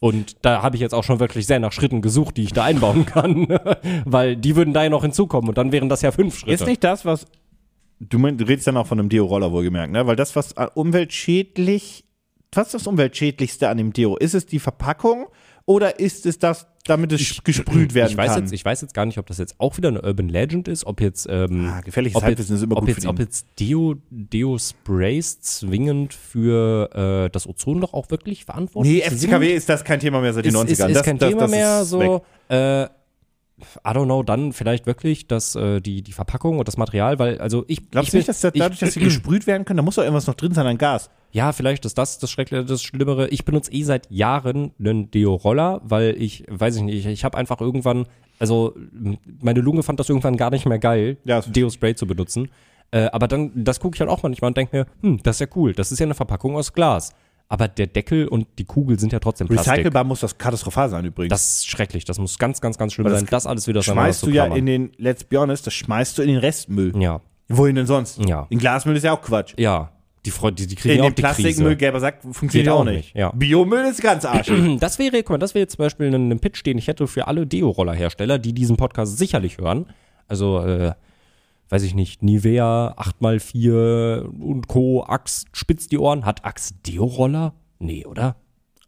Und da habe ich jetzt auch schon wirklich sehr nach Schritten gesucht, die ich da einbauen kann. Weil die würden da ja noch hinzukommen und dann wären das ja fünf Schritte. Ist nicht das, was. Du, mein- du redest dann auch von einem Deo-Roller wohlgemerkt, ne? Weil das, was äh, umweltschädlich. Was ist das Umweltschädlichste an dem Deo? Ist es die Verpackung oder ist es das, damit es sch- gesprüht werden ich weiß, kann? jetzt, ich weiß jetzt gar nicht, ob das jetzt auch wieder eine Urban Legend ist, ob jetzt, ähm, Ah, gefährliches ob jetzt, Halbwissen ist immer ob gut für jetzt, die. ob jetzt Deo, Deo Sprays zwingend für äh, das Ozonloch auch wirklich nee, verantwortlich sind. FCKW ist das kein Thema mehr seit den ist, 90ern. ist, ist das, kein das, Thema das mehr. ist weg. So, äh, I don't know, dann vielleicht wirklich, dass äh, die, die Verpackung und das Material, weil, also ich. Glaubst du ich bin- nicht, dass da- dadurch, dass sie gesprüht werden können, da muss doch irgendwas noch drin sein an Gas? ja, vielleicht ist das das Schreckliche, das Schlimmere. Ich benutze eh seit Jahren einen Deo-Roller, weil ich, weiß ich nicht, ich, ich habe einfach irgendwann, also m- meine Lunge fand das irgendwann gar nicht mehr geil, Ja, das- Deo-Spray zu benutzen. Äh, aber dann, das gucke ich halt auch manchmal und denke mir, hm, das ist ja cool, das ist ja eine Verpackung aus Glas. Aber der Deckel und die Kugel sind ja trotzdem Plastik. Recycelbar muss das katastrophal sein übrigens. Das ist schrecklich, das muss ganz, ganz, ganz schlimm Weil das sein, das alles wieder sein schmeißt du ja in den, let's be honest, das schmeißt du in den Restmüll. Ja, Wohin denn sonst? Ja. In Glasmüll ist ja auch Quatsch. ja. Die, Freude, die, die kriegen In ja den auch die Krise. Plastikmüll, gelber Sack, funktioniert Geht auch auch nicht. nicht, ja. Biomüll ist ganz arschig. Hm, Das wäre, guck mal, das wäre jetzt zum Beispiel ein, ein Pitch, den ich hätte für alle Deo-Roller-Hersteller, die diesen Podcast sicherlich hören. Also, äh, weiß ich nicht, Nivea, 8x4 und Co., Axe, spitz die Ohren. Hat Axe Deo-Roller? Nee, oder?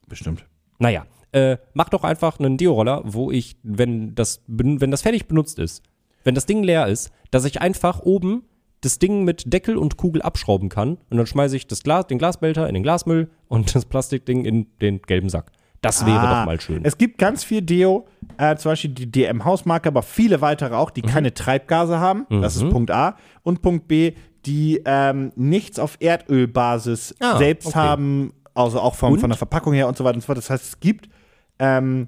Bestimmt. Naja, äh, mach doch einfach einen Deo-Roller, wo ich, wenn das, ben- wenn das fertig benutzt ist, wenn das Ding leer ist, dass ich einfach oben das Ding mit Deckel und Kugel abschrauben kann und dann schmeiße ich das Glas, den Glasbehälter in den Glasmüll und das Plastikding in den gelben Sack. Das wäre Ah, doch mal schön. Es gibt ganz viel Deo, äh, zum Beispiel die DM-Hausmarke, aber viele weitere auch, die Mhm. keine Treibgase haben. Das ist Punkt A. Und Punkt B, die ähm, nichts auf Erdölbasis Ah, selbst okay. haben, also auch von, Und? von der Verpackung her und so weiter und so fort. Das heißt, es gibt ähm,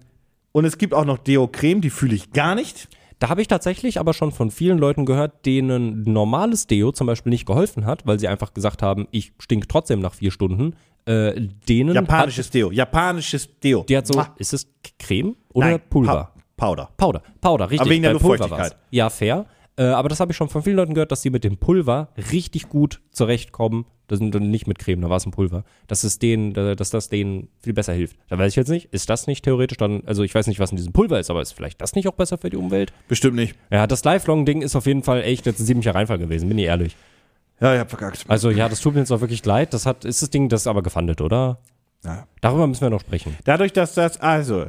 und es gibt auch noch Deo-Creme, die fühle ich gar nicht. Da habe ich tatsächlich aber schon von vielen Leuten gehört, denen normales Deo zum Beispiel nicht geholfen hat, weil sie einfach gesagt haben, ich stink trotzdem nach vier Stunden. Äh, denen Japanisches Deo. Japanisches Deo. hat, die hat so, Mwah. ist es Creme oder Nein, Pulver? Pa Powder. Powder, Powder, richtig. Aber wegen der bei Pulver Luftfeuchtigkeit. war's. Ja, fair. Äh, aber das habe ich schon von vielen Leuten gehört, dass die mit dem Pulver richtig gut zurechtkommen. Das sind dann nicht mit Creme, da war es ein Pulver. Dass es denen, äh, dass das denen viel besser hilft. Da weiß ich jetzt nicht, ist das nicht theoretisch dann, also ich weiß nicht, was in diesem Pulver ist, aber ist vielleicht das nicht auch besser für die Umwelt? Bestimmt nicht. Ja, das Lifelong-Ding ist auf jeden Fall echt jetzt ein ziemlicher Reinfall gewesen, bin ich ehrlich. Ja, ich hab verkackt. Also ja, das tut mir jetzt auch wirklich leid. Das hat, ist das Ding, das ist aber gefundet, oder? Ja. Darüber müssen wir noch sprechen. Dadurch, dass das, also,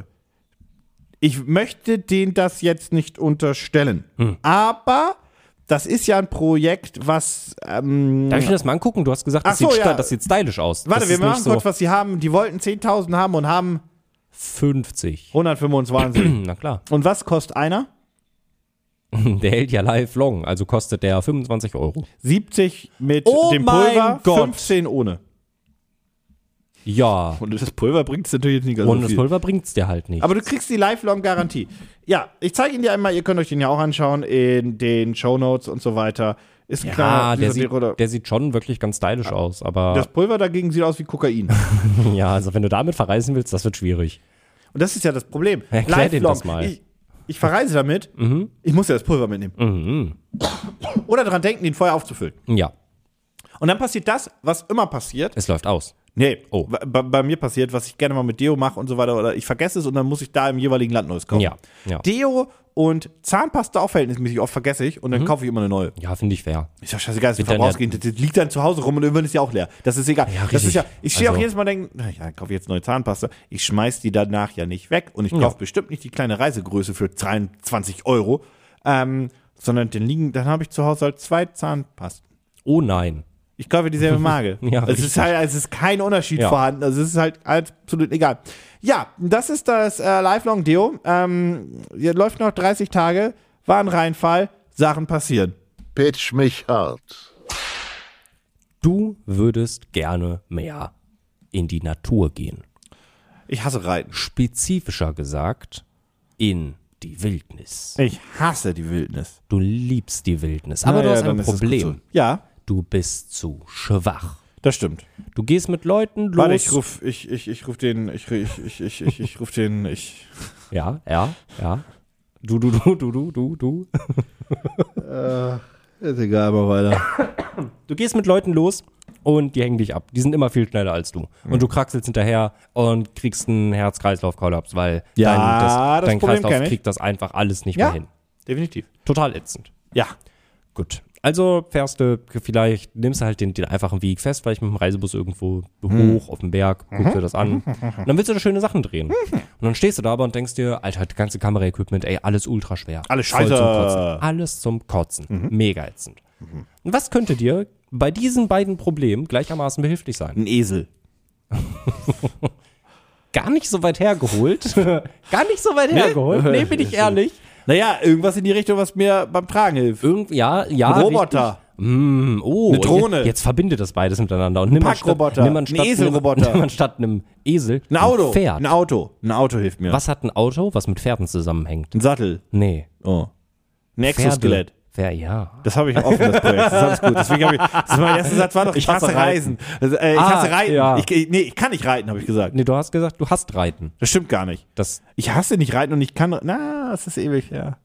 ich möchte denen das jetzt nicht unterstellen, Hm. aber das ist ja ein Projekt, was, ähm, Darf ich mir das mal angucken? Du hast gesagt, das, Ach so, sieht, sta- ja. das sieht stylisch aus. warte, das wir ist nicht machen kurz, was sie haben. Die wollten 10.000 haben und haben 50. 125. Hm, Na klar. Hm, und was kostet einer? Der hält ja lifelong, also kostet der 25 Euro. 70 mit Oh dem mein Pulver, Gott. 15 ohne. Ja. Und das Pulver bringt es natürlich nicht ganz Und das Pulver bringt's dir halt nicht. Also Aber du kriegst die Lifelong-Garantie. Ja, ich zeige ihn dir einmal. Ihr könnt euch den ja auch anschauen in den Shownotes und so weiter. Ist ein ja, kleiner Ah, dieser der sieht, Dero- der sieht schon wirklich ganz stylisch aus, aber Das Pulver dagegen sieht aus wie Kokain. ja, also wenn du damit verreisen willst, das wird schwierig. Und das ist ja das Problem. Erklär denen das mal. Mhm. Ich, ich verreise damit, ich muss ja das Pulver mitnehmen. Oder daran denken, den vorher aufzufüllen. Ja, Und dann passiert das, was immer passiert. es läuft aus. Nee, Oh. wa- bei, bei mir passiert, was ich gerne mal mit Deo mache und so weiter. Oder ich vergesse es und dann muss ich da im jeweiligen Land neues kaufen. Ja, ja. Deo und Zahnpasta auch verhältnismäßig oft vergesse ich Mhm. und dann kaufe ich immer eine neue. Ja, finde ich fair. Ist doch scheißegal, ist ein Mit deiner- Verbrauchsgegen. Das das liegt dann zu Hause rum und irgendwann ist ja auch leer. Das ist egal. Ja, das ist richtig. ja, ich stehe auch Also- jedes Mal und denke, na ja, kaufe jetzt neue Zahnpasta. Ich schmeiß die danach ja nicht weg und ich kaufe bestimmt nicht die kleine Reisegröße für 23 Euro, ähm, sondern den liegen, dann habe ich zu Hause halt zwei Zahnpasten. Oh nein. Ich kaufe dieselbe Marke. Ja, es ist richtig. halt, es ist kein Unterschied Ja. vorhanden. Also es ist halt absolut egal. Ja, das ist das äh, Lifelong Deo. Ähm, hier läuft noch 30 Tage, war ein Reinfall, Sachen passieren. Pitch mich hart. Du würdest gerne mehr in die Natur gehen. Ich hasse Reiten. Spezifischer gesagt, in die Wildnis. Ich hasse die Wildnis. Du liebst die Wildnis, aber du hast ein dann ist es gut Problem. so. Ja, Du bist zu schwach. Das stimmt. Du gehst mit Leuten los. Warte, ich ruf, ich, ich, ich ruf den, ich, ich, ich, ich, ich, ich ruf den, ich. Ja, ja, ja. Du, du, du, du, du, du, du. Ist egal, mal weiter. Du gehst mit Leuten los und die hängen dich ab. Die sind immer viel schneller als du. Und Mhm. du kraxelst hinterher und kriegst einen Herz-Kreislauf-Kollaps, weil Ja, dein, das Problem dein kenn Kreislauf ich. kriegt das einfach alles nicht Ja, mehr hin. definitiv. Total ätzend. Ja. Gut. Also fährst du, vielleicht nimmst du halt den, den einfachen Weg fest, vielleicht mit dem Reisebus irgendwo Hm. hoch auf den Berg, Mhm. guckst dir das an. Und dann willst du da schöne Sachen drehen. Und dann stehst du da aber und denkst dir, Alter, das ganze Kameraequipment, ey, alles ultra schwer. Alles Voll scheiße. Mhm. Zum Kotzen. Alles zum Kotzen. Mega ätzend. Und was könnte dir bei diesen beiden Problemen gleichermaßen behilflich sein? Ein Esel. Gar nicht so weit hergeholt. Gar nicht so weit hergeholt. Nee, bin ich ehrlich. Naja, irgendwas in die Richtung, was mir beim Tragen hilft. Irgend, ja, ja. Ein Ah, richtig. Roboter. Mm, oh, Eine Drohne. Jetzt, jetzt verbinde das beides miteinander und nimm Packroboter, anstatt, nimm ein anstatt, Eselroboter. Nimm, nimm anstatt einem Esel Ein Auto. Pferd. Ein Auto. Ein Auto hilft mir. Was hat ein Auto, was mit Pferden zusammenhängt? Ein Sattel. Nee. Oh. Ein Pferde. Exoskelett. Pferde, ja. Das habe ich offen, das Projekt. Das ist alles gut. Deswegen habe ich, das ist mein erster Satz war doch, ich, hasse hasse Reisen. Also, äh, ich Ah, hasse Reiten. ja. Ich, ich- nee, ich kann nicht reiten, habe ich gesagt. Nee, du hast gesagt, du hast Reiten. Das stimmt gar nicht. Das, Ich hasse nicht reiten und ich kann. Na, es ist ewig, ja.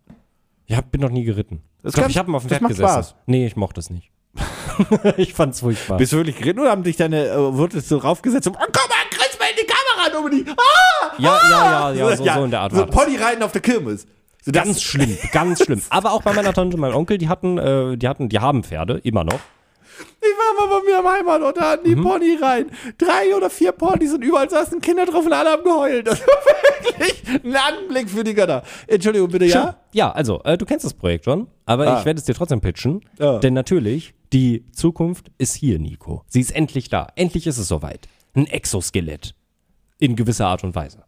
ich hab, bin noch nie geritten. Das ich glaube, kann- ich habe mal auf dem das Pferd macht gesessen. Spaß. Nee, ich mochte es nicht. ich fand's furchtbar. Bist du wirklich geritten oder haben dich deine, äh, wurdest du raufgesetzt und, oh, komm mal, kriegst mal in die Kamera, Dominik. Ah! Ja, ja, ja, ja, so- so in der Art So war das. Ponyreiten auf der Kirmes. So das- ganz schlimm, ganz schlimm. Aber auch bei meiner Tante und meinem Onkel, die hatten, äh, die hatten, die haben Pferde, immer noch. Ich war mal bei mir im Heimatort, da hatten die Mhm. Pony rein. Drei oder vier Ponys und überall saßen Kinder drauf und alle haben geheult. Das war wirklich ein Anblick für die Götter. Entschuldigung, bitte, ja? Ah. Ja, also, äh, du kennst das Projekt schon, aber ich werde es dir trotzdem pitchen. Ja. Denn natürlich, die Zukunft ist hier, Nico. Sie ist endlich da. Endlich ist es soweit. Ein Exoskelett. In gewisser Art und Weise.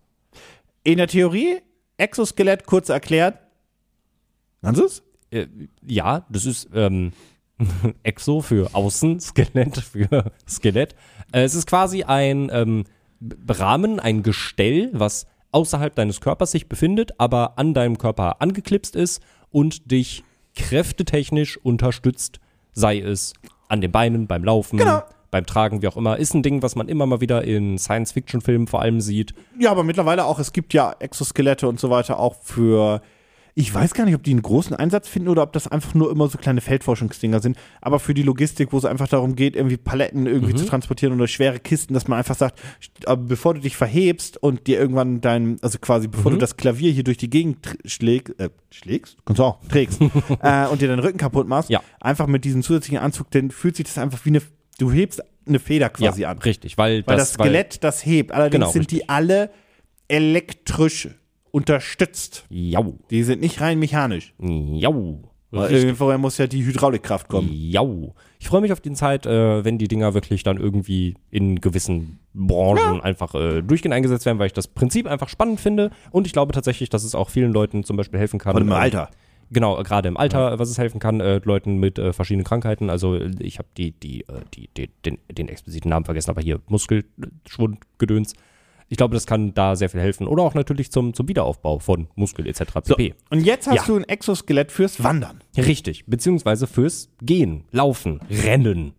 In der Theorie, Exoskelett kurz erklärt. Kannst du es? Äh, ja, das ist ähm, Exo für Außen, Skelett für Skelett. Äh, es ist quasi ein ähm, B- Rahmen, ein Gestell, was außerhalb deines Körpers sich befindet, aber an deinem Körper angeklipst ist und dich kräftetechnisch unterstützt, sei es an den Beinen, beim Laufen. Genau. Beim Tragen, wie auch immer, ist ein Ding, was man immer mal wieder in Science-Fiction-Filmen vor allem sieht. Ja, aber mittlerweile auch, es gibt ja Exoskelette und so weiter auch für. Ich weiß gar nicht, ob die einen großen Einsatz finden oder ob das einfach nur immer so kleine Feldforschungsdinger sind. Aber für die Logistik, wo es einfach darum geht, irgendwie Paletten irgendwie Mhm. zu transportieren oder schwere Kisten, dass man einfach sagt, st- äh, bevor du dich verhebst und dir irgendwann dein, also quasi bevor Mhm. du das Klavier hier durch die Gegend tr- schläg, äh, schlägst, kannst du auch, trägst, äh, und dir deinen Rücken kaputt machst, Ja. einfach mit diesem zusätzlichen Anzug, dann fühlt sich das einfach wie eine, du hebst eine Feder quasi ja, an. richtig, weil, Weil das, Skelett das hebt. Allerdings Genau, sind die alle elektrisch unterstützt. Weil, jau, Die sind nicht rein mechanisch. jau. Weil irgendwoher muss ja die Hydraulikkraft kommen. Jau. Ich freue mich auf die Zeit, äh, wenn die Dinger wirklich dann irgendwie in gewissen Branchen einfach äh, durchgehend eingesetzt werden, weil ich das Prinzip einfach spannend finde. Und ich glaube tatsächlich, dass es auch vielen Leuten zum Beispiel helfen kann. Warte mal, äh, Alter. Genau, äh, gerade im Alter, äh, was es helfen kann, äh, Leuten mit äh, verschiedenen Krankheiten. Also äh, ich habe die, die, äh, die, die, den, den expliziten Namen vergessen, aber hier Muskelschwund, Gedöns. Ich glaube, das kann da sehr viel helfen. Oder auch natürlich zum, zum Wiederaufbau von Muskel etc. pp. Und jetzt hast Ja. du ein Exoskelett fürs Wandern. Richtig. Beziehungsweise fürs Gehen, Laufen, Rennen.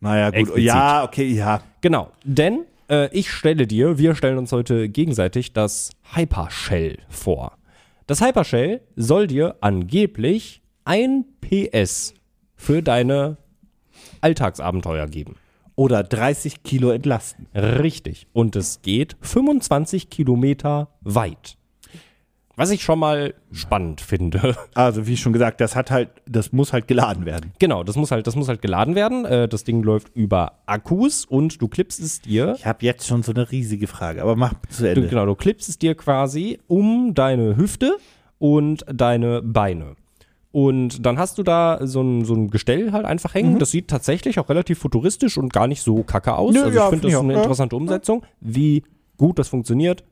Naja, gut. Explizit. Ja, okay, ja. Genau, denn äh, ich stelle dir, wir stellen uns heute gegenseitig das Hypershell vor. Das Hypershell soll dir angeblich ein PS für deine Alltagsabenteuer geben. Oder 30 Kilo entlasten. Richtig. Und es geht 25 Kilometer weit. Was ich schon mal spannend finde. Also, wie schon gesagt, das hat halt, das muss halt geladen werden. genau, das muss halt, das muss halt geladen werden. Äh, das Ding läuft über Akkus und du klippst es dir. Ich habe jetzt schon so eine riesige Frage, aber mach zu Du, Ende. genau, du klippst es dir quasi um deine Hüfte und deine Beine. Und dann hast du da so ein, so ein Gestell halt einfach hängen. Mhm. Das sieht tatsächlich auch relativ futuristisch und gar nicht so kacke aus. Nö, also ich ja, finde find ich das eine auch, ja. interessante Umsetzung. Wie gut das funktioniert,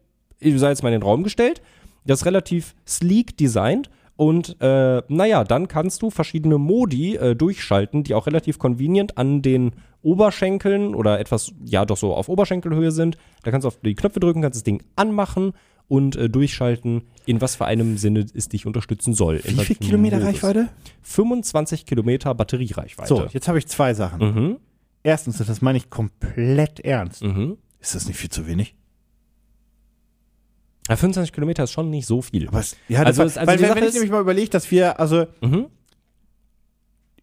sei jetzt mal in den Raum gestellt. Das ist relativ sleek designt. Und äh, naja, dann kannst du verschiedene Modi äh, durchschalten, die auch relativ convenient an den Oberschenkeln oder etwas, ja doch so auf Oberschenkelhöhe sind. Da kannst du auf die Knöpfe drücken, kannst das Ding anmachen und äh, durchschalten, in was für einem Sinne es dich unterstützen soll. Wie viel Kilometer Reichweite? 25 Kilometer Batteriereichweite. So, jetzt habe ich zwei Sachen. Erstens, und das meine ich komplett ernst. Mhm. Ist das nicht viel zu wenig? Ja, 25 Kilometer ist schon nicht so viel. Aber es, ja, also, Also es- also weil, die wenn, Sache wenn ich ist- nämlich mal überlege, dass wir, also Mhm.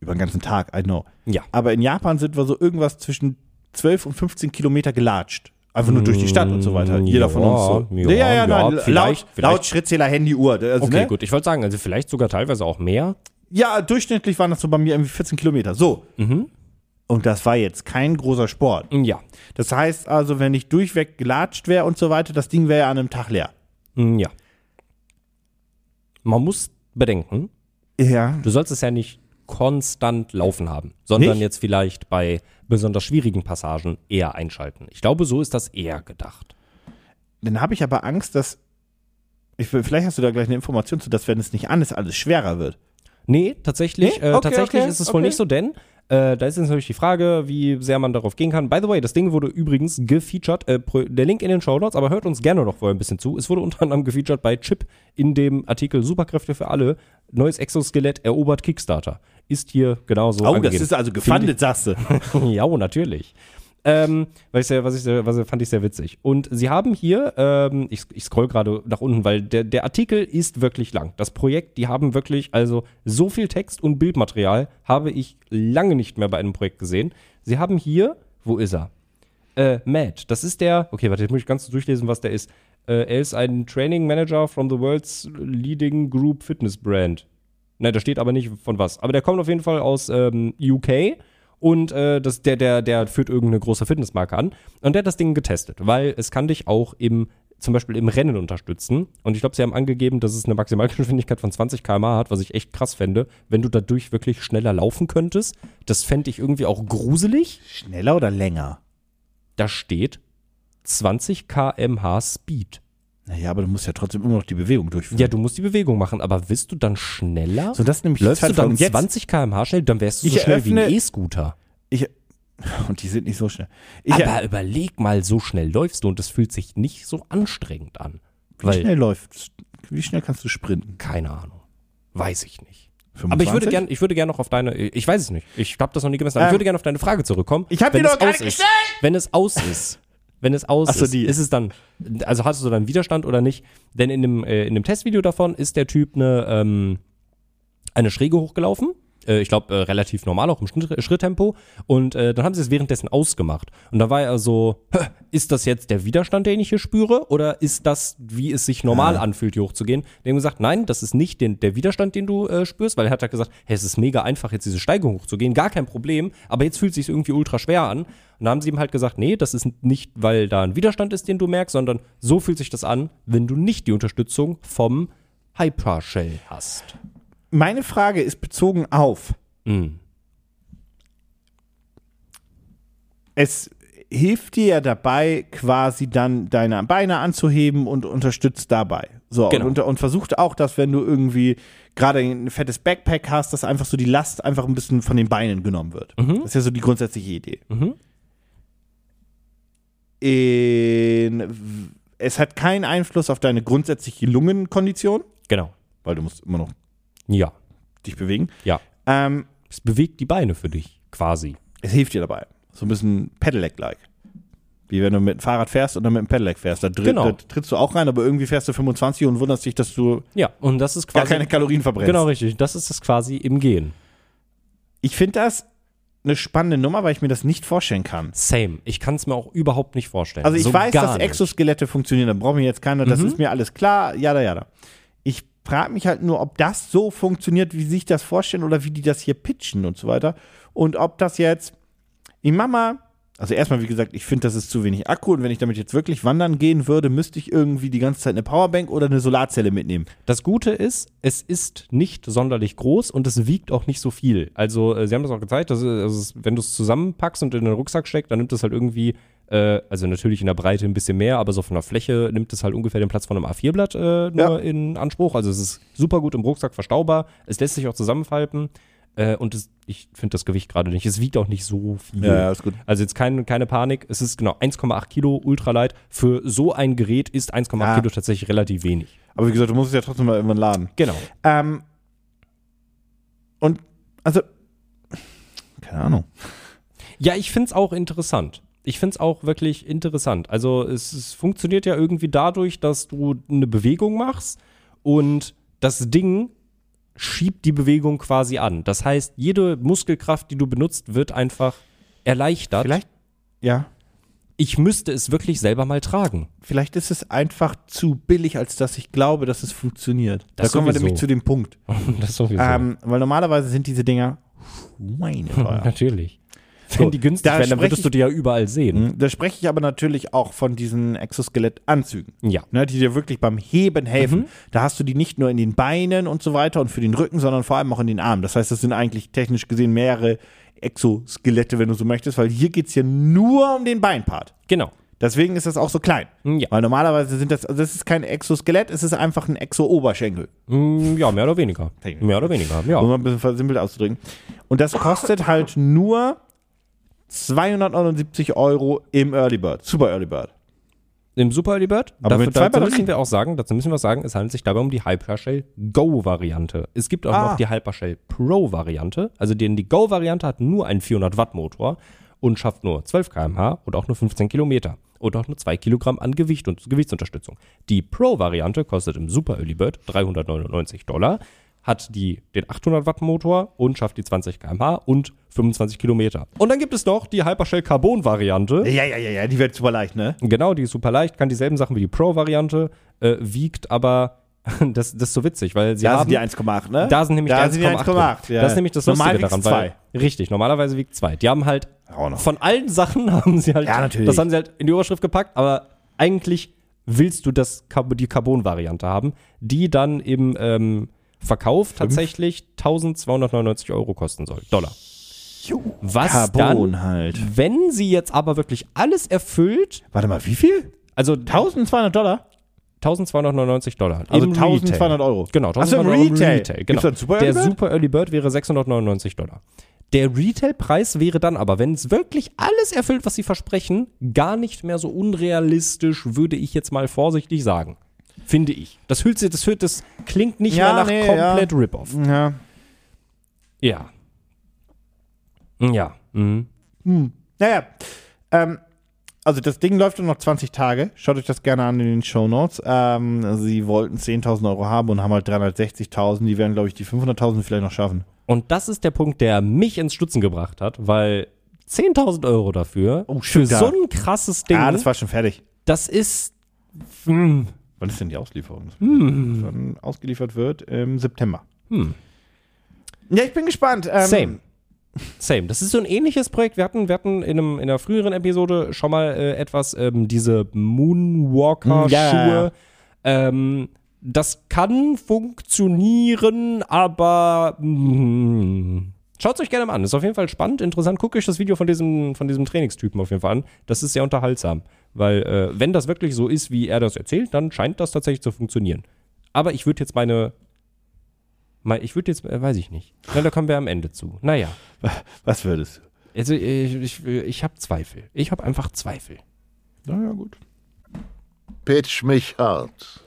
über den ganzen Tag, I know. Ja. Aber in Japan sind wir so irgendwas zwischen 12 und 15 Kilometer gelatscht. Einfach nur durch die Stadt und so weiter. Mm, Jeder von ja, uns so. ja, ja, vielleicht, laut, laut vielleicht. Schrittzähler, Handy, Uhr. Also, Okay, ne? gut. Ich wollte sagen, also vielleicht sogar teilweise auch mehr. Ja, durchschnittlich waren das so bei mir irgendwie 14 Kilometer. So. Mhm. Und das war jetzt kein großer Sport. Mm, Ja. Das heißt also, wenn ich durchweg gelatscht wäre und so weiter, das Ding wäre ja an einem Tag leer. Mm, Ja. Man muss bedenken, Ja. du sollst es ja nicht konstant laufen haben, sondern Nicht? jetzt vielleicht bei besonders schwierigen Passagen eher einschalten. Ich glaube, so ist das eher gedacht. Dann habe ich aber Angst, dass. Ich, vielleicht hast du da gleich eine Information zu, dass wenn es nicht an ist, alles schwerer wird. Nee, tatsächlich, Nee? Äh, Okay, tatsächlich okay, ist es wohl okay. nicht so, denn äh, da ist jetzt natürlich die Frage, wie sehr man darauf gehen kann. By the way, das Ding wurde übrigens gefeatured, äh, pro- der Link in den Show Notes, aber hört uns gerne noch vorher ein bisschen zu. Es wurde unter anderem gefeatured bei Chip in dem Artikel Superkräfte für alle, neues Exoskelett erobert Kickstarter. Ist hier genauso Oh, das angegeben. ist also gefundet, sagst du. ja, oh, natürlich. Ähm, was ich sehr, was ich sehr, was ich, fand ich sehr witzig. Und sie haben hier, ähm, ich, ich scroll gerade nach unten, weil der, der Artikel ist wirklich lang. Das Projekt, die haben wirklich, also so viel Text und Bildmaterial habe ich lange nicht mehr bei einem Projekt gesehen. Sie haben hier, wo ist er? Äh, Matt, das ist der, okay, warte, jetzt muss ich ganz durchlesen, was der ist. Äh, er ist ein Training Manager from the world's leading group fitness brand. Nein, da steht aber nicht von was. Aber der kommt auf jeden Fall aus ähm, UK und äh, das, der, der, der führt irgendeine große Fitnessmarke an. Und der hat das Ding getestet, weil es kann dich auch im, zum Beispiel im Rennen unterstützen. Und ich glaube, sie haben angegeben, dass es eine Maximalgeschwindigkeit von 20 km/h hat, was ich echt krass fände, wenn du dadurch wirklich schneller laufen könntest. Das fände ich irgendwie auch gruselig. Schneller oder länger? Da steht 20 km/h Speed. Naja, aber du musst ja trotzdem immer noch die Bewegung durchführen. Ja, du musst die Bewegung machen, aber wirst du dann schneller? so, das ist nämlich die Läufst du Zeitfrage. dann Und jetzt- 20 km/h schnell, dann wärst du so Ich schnell wie ein eröffne- E-Scooter. Ich, und die sind nicht so schnell. Ich, Aber überleg mal, so schnell läufst du und es fühlt sich nicht so anstrengend an. wie Weil, schnell läuft? Wie schnell kannst du sprinten? keine Ahnung. Weiß ich nicht. 25? Aber ich würde gerne ich würde gern noch auf deine, ich weiß es nicht, ich habe das noch nie gemessen, aber ich Ähm, würde gerne auf deine Frage zurückkommen. Ich hab die Wenn doch es gerade aus ist. Wenn es aus ist, wenn es aus Ach so, ist, die. ist es dann, also hast du dann Widerstand oder nicht? Denn in dem, äh, in dem Testvideo davon ist der Typ eine, ähm, eine Schräge hochgelaufen. Äh, Ich glaube, äh, relativ normal, auch im Schnitt- Schritttempo. Und äh, dann haben sie es währenddessen ausgemacht. Und da war er so, "Hä, ist das jetzt der Widerstand, den ich hier spüre? Oder ist das, wie es sich normal anfühlt, hier hochzugehen? Die haben gesagt, nein, das ist nicht den, der Widerstand, den du äh, spürst. Weil er hat halt gesagt, hey, es ist mega einfach, jetzt diese Steigung hochzugehen. Gar kein Problem. Aber jetzt fühlt es sich irgendwie ultra schwer an. Und da haben sie ihm halt gesagt, nee, das ist nicht, weil da ein Widerstand ist, den du merkst, sondern so fühlt sich das an, wenn du nicht die Unterstützung vom Hypershell hast. Mhm. Meine Frage ist bezogen auf. Es hilft dir ja dabei, quasi dann deine Beine anzuheben und unterstützt dabei. So, Genau. und, unter- und versucht auch, dass wenn du irgendwie gerade ein fettes Backpack hast, dass einfach so die Last einfach ein bisschen von den Beinen genommen wird. Das ist ja so die grundsätzliche Idee. In, es hat keinen Einfluss auf deine grundsätzliche Lungenkondition, Genau. weil du musst immer noch Ja, dich bewegen. ja. Ähm, Es bewegt die Beine für dich, quasi. es hilft dir dabei. So ein bisschen Pedelec-like. Wie wenn du mit dem Fahrrad fährst und dann mit dem Pedelec fährst. Da, tritt, da Genau. trittst du auch rein, aber irgendwie fährst du 25 und wunderst dich, dass du Ja, und das ist gar quasi. keine Kalorien verbrennst. genau richtig. Das ist das quasi im Gehen. Ich finde das eine spannende Nummer, weil ich mir das nicht vorstellen kann. Same. Ich kann es mir auch überhaupt nicht vorstellen. Also ich so weiß, gar dass nicht. Mhm. Exoskelette funktionieren, da braucht mir jetzt keiner, das ist mir alles klar, jada jada. Ich frage mich halt nur, ob das so funktioniert, wie sich das vorstellen oder wie die das hier pitchen und so weiter. Und ob das jetzt, ich mach mal, also erstmal wie gesagt, ich finde, das ist zu wenig Akku und wenn ich damit jetzt wirklich wandern gehen würde, müsste ich irgendwie die ganze Zeit eine Powerbank oder eine Solarzelle mitnehmen. Das Gute ist, es ist nicht sonderlich groß und es wiegt auch nicht so viel. Also, äh, sie haben das auch gezeigt, dass, äh, also es- wenn du es zusammenpackst und in den Rucksack steckst, dann nimmt es halt irgendwie, äh, also natürlich in der Breite ein bisschen mehr, aber so von der Fläche nimmt es halt ungefähr den Platz von einem A4-Blatt äh, nur Ja. in Anspruch. Also, es ist super gut im Rucksack verstaubar, es lässt sich auch zusammenfalten äh, und es, ich finde das Gewicht gerade nicht. Es wiegt auch nicht so viel. Ja, ja, ist gut. Also, jetzt kein, keine Panik, es ist genau 1,8 Kilo Ultralight. Für so ein Gerät ist 1,8 Ja. Kilo tatsächlich relativ wenig. Aber wie gesagt, du musst es ja trotzdem mal irgendwann laden. Genau. Ähm, und also, keine Ahnung. Ja, ich find's auch interessant. Ich find's auch wirklich interessant. Also es, es funktioniert ja irgendwie dadurch, dass du eine Bewegung machst und das Ding schiebt die Bewegung quasi an. Das heißt, jede Muskelkraft, die du benutzt, wird einfach erleichtert. Vielleicht, ja, Ich müsste es wirklich selber mal tragen. vielleicht ist es einfach zu billig, als dass ich glaube, dass es funktioniert. Das da kommen wir sowieso. Also. nämlich zu dem Punkt. Das sowieso. Ähm, weil normalerweise sind diese Dinger schweineteuer. Natürlich. Wenn die günstig da wären, dann sprech würdest ich- Mhm. du die ja überall sehen. da spreche ich aber natürlich auch von diesen Exoskelettanzügen. Ja. Mhm. Ne, die dir wirklich beim Heben helfen. Da hast du die nicht nur in den Beinen und so weiter und für den Rücken, sondern vor allem auch in den Armen. Das heißt, das sind eigentlich technisch gesehen mehrere Exoskelette, wenn du so möchtest, weil hier geht's hier nur um den Beinpart. Genau. Deswegen ist das auch so klein. Hm, Ja. Weil normalerweise sind das, also das ist kein Exoskelett, es ist einfach ein Exo-Oberschenkel. Mm, Ja, mehr oder weniger. Technisch. Mehr oder weniger, Um ja. mal ein bisschen versimpelt auszudrücken. Und das kostet halt nur 279 Euro im Early Bird, Super Early Bird. Im Super Early Bird, Aber dafür, mit zwei dazu müssen Batterien. wir auch sagen, dazu müssen wir auch sagen, es handelt sich dabei um die Hypershell Go-Variante. Es gibt auch Ah. noch die Hypershell Pro-Variante, also die, die Go-Variante hat nur einen 400-Watt-Motor und schafft nur 12 km/h und auch nur 15 Kilometer und auch nur 2 Kilogramm an Gewicht und Gewichtsunterstützung. Die Pro-Variante kostet im Super Early Bird 399 Dollar, hat die, den 800-Watt-Motor und schafft die 20 km/h und 25 Kilometer. Und dann gibt es noch die Hypershell Carbon-Variante. Ja, ja, ja, ja, die wird super leicht, ne? Genau, die ist super leicht, kann dieselben Sachen wie die Pro-Variante, äh, wiegt aber, das, das ist so witzig, weil sie Da haben, sind die 1,8, ne? da sind nämlich da die sind die 1,8. drin. 1,8. Ja. Das ist nämlich das Normal Lustige daran, wiegt's weil, richtig, normalerweise wiegt zwei. Die haben halt, Auch noch. von allen Sachen haben sie halt, Ja, natürlich. das haben sie halt in die Überschrift gepackt, aber eigentlich willst du das, Car- die Carbon-Variante haben, die dann im ähm, Verkauf tatsächlich 1299 Euro kosten soll, Dollar. Was Carbon dann, halt. wenn sie jetzt aber wirklich alles erfüllt, Warte mal, wie viel? also 1200 Dollar? 1299 Dollar. Also Im 1200 Retail. Euro. Genau, Ach so, 1200 im Euro im Retail. Retail. Gibt's Genau. da einen Super Early der Bird? Super Early Bird wäre 699 Dollar. Der Retail-Preis wäre dann aber, wenn es wirklich alles erfüllt, was sie versprechen, gar nicht mehr so unrealistisch, würde ich jetzt mal vorsichtig sagen. Finde ich. Das, fühlt sich, das, fühlt, das klingt nicht Ja, mehr nach nee, ja. komplett Rip-Off. Ja. Ja. Ja. Mhm. Naja, ähm, also das Ding läuft nur noch 20 Tage. Schaut euch das gerne an in den Show Notes. Ähm, sie wollten 10.000 Euro haben und haben halt 360.000. Die werden, glaube ich, die 500.000 vielleicht noch schaffen. Und das ist der Punkt, der mich ins Stutzen gebracht hat, weil 10.000 Euro dafür Oh, für stimmt, ja. so ein krasses Ding. Ah, das war schon fertig. Das ist. Hm, Wann ist denn die Auslieferung? Wann ausgeliefert wird? Im September. Hm. Ja, ich bin gespannt. Ähm, same. Same. Das ist so ein ähnliches Projekt. Wir hatten, wir hatten in, einem, in einer früheren Episode schon mal äh, etwas, ähm, diese Moonwalker-Schuhe. Mm, Ja. Ähm, das kann funktionieren, aber schaut es euch gerne mal an. Ist auf jeden Fall spannend, interessant. Guckt euch das Video von diesem, von diesem Trainingstypen auf jeden Fall an. Das ist sehr unterhaltsam. Weil, äh, wenn das wirklich so ist, wie er das erzählt, dann scheint das tatsächlich zu funktionieren. Aber ich würde jetzt meine. mei- Ich würde jetzt, äh, weiß ich nicht. Na, da kommen wir am Ende zu. Naja. Was würdest du? Also, ich, ich, ich habe Zweifel. Ich habe einfach Zweifel. Na ja, gut. Pitch mich hart.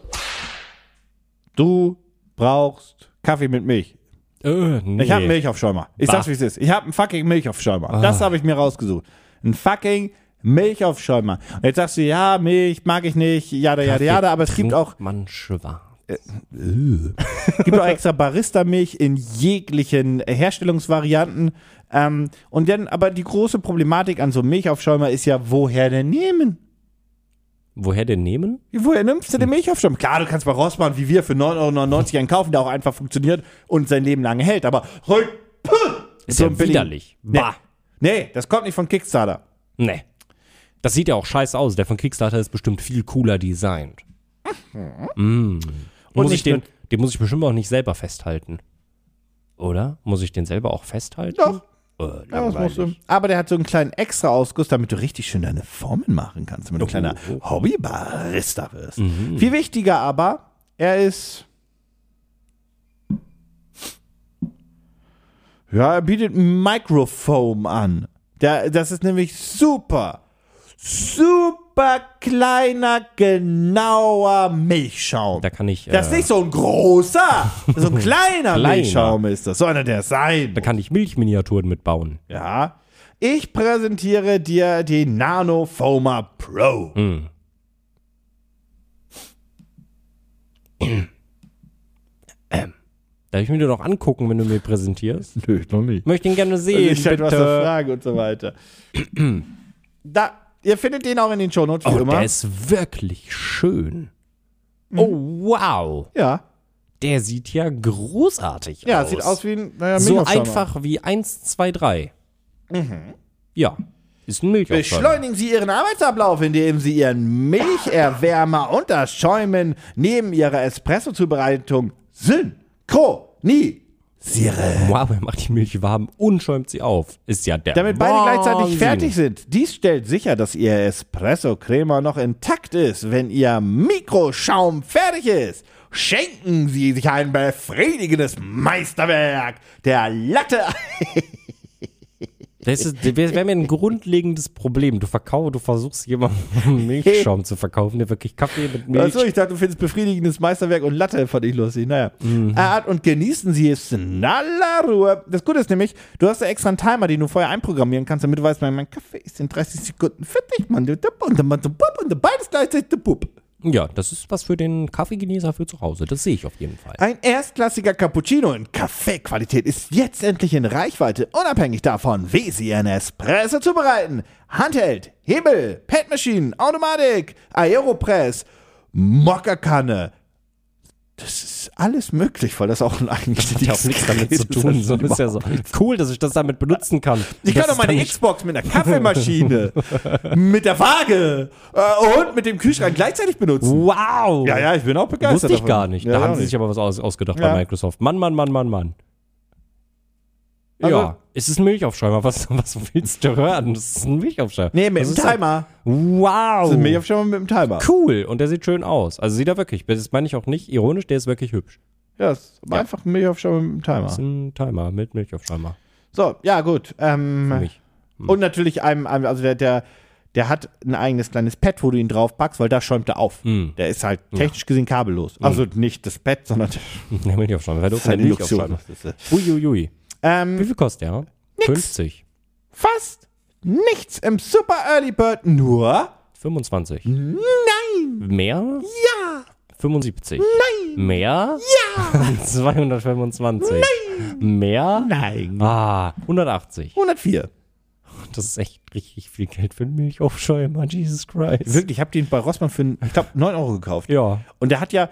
Du brauchst Kaffee mit Milch. Äh, nee. Ah. Ich hab einen Milchaufschäumer. Ich sag's, wie es ist. Ich hab einen fucking Milchaufschäumer. Das habe ich mir rausgesucht. Ein fucking Milchaufschäumer. Und jetzt sagst du, ja, Milch mag ich nicht, jada, jada, jada, aber es gibt Hm. auch, Man schwach. Äh. gibt auch extra Barista-Milch in jeglichen Herstellungsvarianten. Ähm, und dann, aber die große Problematik an so einem Milchaufschäumer ist ja, woher denn nehmen? Woher denn nehmen? Woher nimmst Hm. du den Milchaufschäumer? Klar, du kannst bei Rossmann wie wir für 9,99 Euro einen kaufen, der auch einfach funktioniert und sein Leben lang hält, aber heute Ist So ja ein billigen- widerlich. Nee. Bah. nee, das kommt nicht von Kickstarter. Nee. Das sieht ja auch scheiße aus. Der von Kickstarter ist bestimmt viel cooler designt. Mm. Mhm. Und muss ich nicht den, nur- den muss ich bestimmt auch nicht selber festhalten. Oder? Muss ich den selber auch festhalten? Doch. Äh, Ja, das musst du. langweilig. Aber der hat so einen kleinen extra Ausguss, damit du richtig schön deine Formen machen kannst, damit du ein kleiner Hobbybarista wirst. Viel wichtiger aber, er ist. Ja, er bietet Microfoam an. Der, das ist nämlich super, super kleiner, genauer Milchschaum. Da kann ich, das ist äh, nicht so ein großer, so ein kleiner, Kleiner. Milchschaum ist das. So einer, der ist sein. da kann ich Milchminiaturen mitbauen. Ja. Ich präsentiere dir die Nano Foma Pro. Darf ich mir den noch angucken, wenn du mir präsentierst? Nö, noch nie. Möchte ihn gerne sehen, Ich stelle was zur bitte. Frage und so weiter. da, ihr findet den auch in den Shownotes, wie Oh, immer. Mhm. der ist wirklich schön. Oh, wow. ja, Der sieht ja großartig ja, aus. sieht aus wie ein naja, So Milchaufschäumer. einfach wie 1, 2, 3. Mhm. Ja, ist ein Milchaufschäumer. Beschleunigen Sie Ihren Arbeitsablauf, indem Sie Ihren Milcherwärmer und das Schäumen neben Ihrer Espresso-Zubereitung synchronisieren. Wow, er macht die Milch warm und schäumt sie auf. Ist ja der Damit beide Wahnsinn. gleichzeitig fertig sind. Dies stellt sicher, dass Ihr Espresso-Crema noch intakt ist, wenn Ihr Mikroschaum fertig ist. Schenken Sie sich ein befriedigendes Meisterwerk der Latte. Das ist- das wäre wär mir ein grundlegendes Problem. Du verkaufst, du versuchst jemandem Milchschaum zu verkaufen, der wirklich Kaffee mit Milch. Achso, ich dachte, du findest befriedigendes Meisterwerk und Latte fand ich lustig. Naja. Äh, Art und genießen Sie es in aller Ruhe. Das Gute ist nämlich, du hast ja extra einen Timer, den du vorher einprogrammieren kannst, damit du weißt, mein, mein Kaffee ist in 30 Sekunden fertig, Mann. Und dann und dann beides gleichzeitig. der Pup. ja, das ist was für den Kaffeegenießer für zu Hause. Das sehe ich auf jeden Fall. Ein erstklassiger Cappuccino in Kaffeequalität ist jetzt endlich in Reichweite, unabhängig davon, wie Sie Ihren Espresso zubereiten. Handheld, Hebel, Padmaschinen, Automatik, Aeropress, Mockerkanne. Das ist alles möglich, weil das auch eigentlich Hat ja auch nichts damit zu tun. So ist ja so. Cool, dass ich das damit benutzen kann. Ich Das kann doch ist meine dann- Xbox mit einer Kaffeemaschine, mit der Waage äh, und mit dem Kühlschrank gleichzeitig benutzen. Wow! Ja, ja, ich bin auch begeistert. Oh. Wusste ich davon. gar nicht. Ja, da haben auch sie nicht. sich aber was aus, ausgedacht Ja. bei Microsoft. Mann, Mann, Mann, Mann, Mann. Also- ja, es ist ein Milchaufschäumer. Was, was willst du hören? Das ist ein Milchaufschäumer. Nee, mit das dem ist Oh. ein- Timer. Wow! Das ist mir schon mal mit dem Timer. cool und der sieht schön aus. Also sieht er wirklich, das meine ich auch nicht ironisch, der ist wirklich hübsch. Ja, ist aber einfach ein Milchaufschäumer mit einem Das Timer. ist ein Timer mit Milchaufschäumer. So, ja, gut. Für Ähm, mich. und natürlich einem, einem also der, der, der hat ein eigenes kleines Pad, wo du ihn draufpackst, weil da schäumt er auf. Der ist halt technisch gesehen kabellos. Also nicht das Pad, sondern Der Milchaufschäumer, wer durfte seine der Milchaufschäumer? Induktion. Das ist, halt äh, Uiuiui. Wie Ähm, viel kostet der? 50. fast nichts im Super Early Bird, nur 25. Nein! Mehr? Ja! 75. Nein! Mehr? Ja! 225. Nein! Mehr? nein. Ah, 180. 104. Das ist echt richtig viel Geld für einen Milchaufschäumer, Jesus Christ. Wirklich, ich habe den bei Rossmann für, ich glaube, 9 Euro gekauft. Ja. Und der hat ja,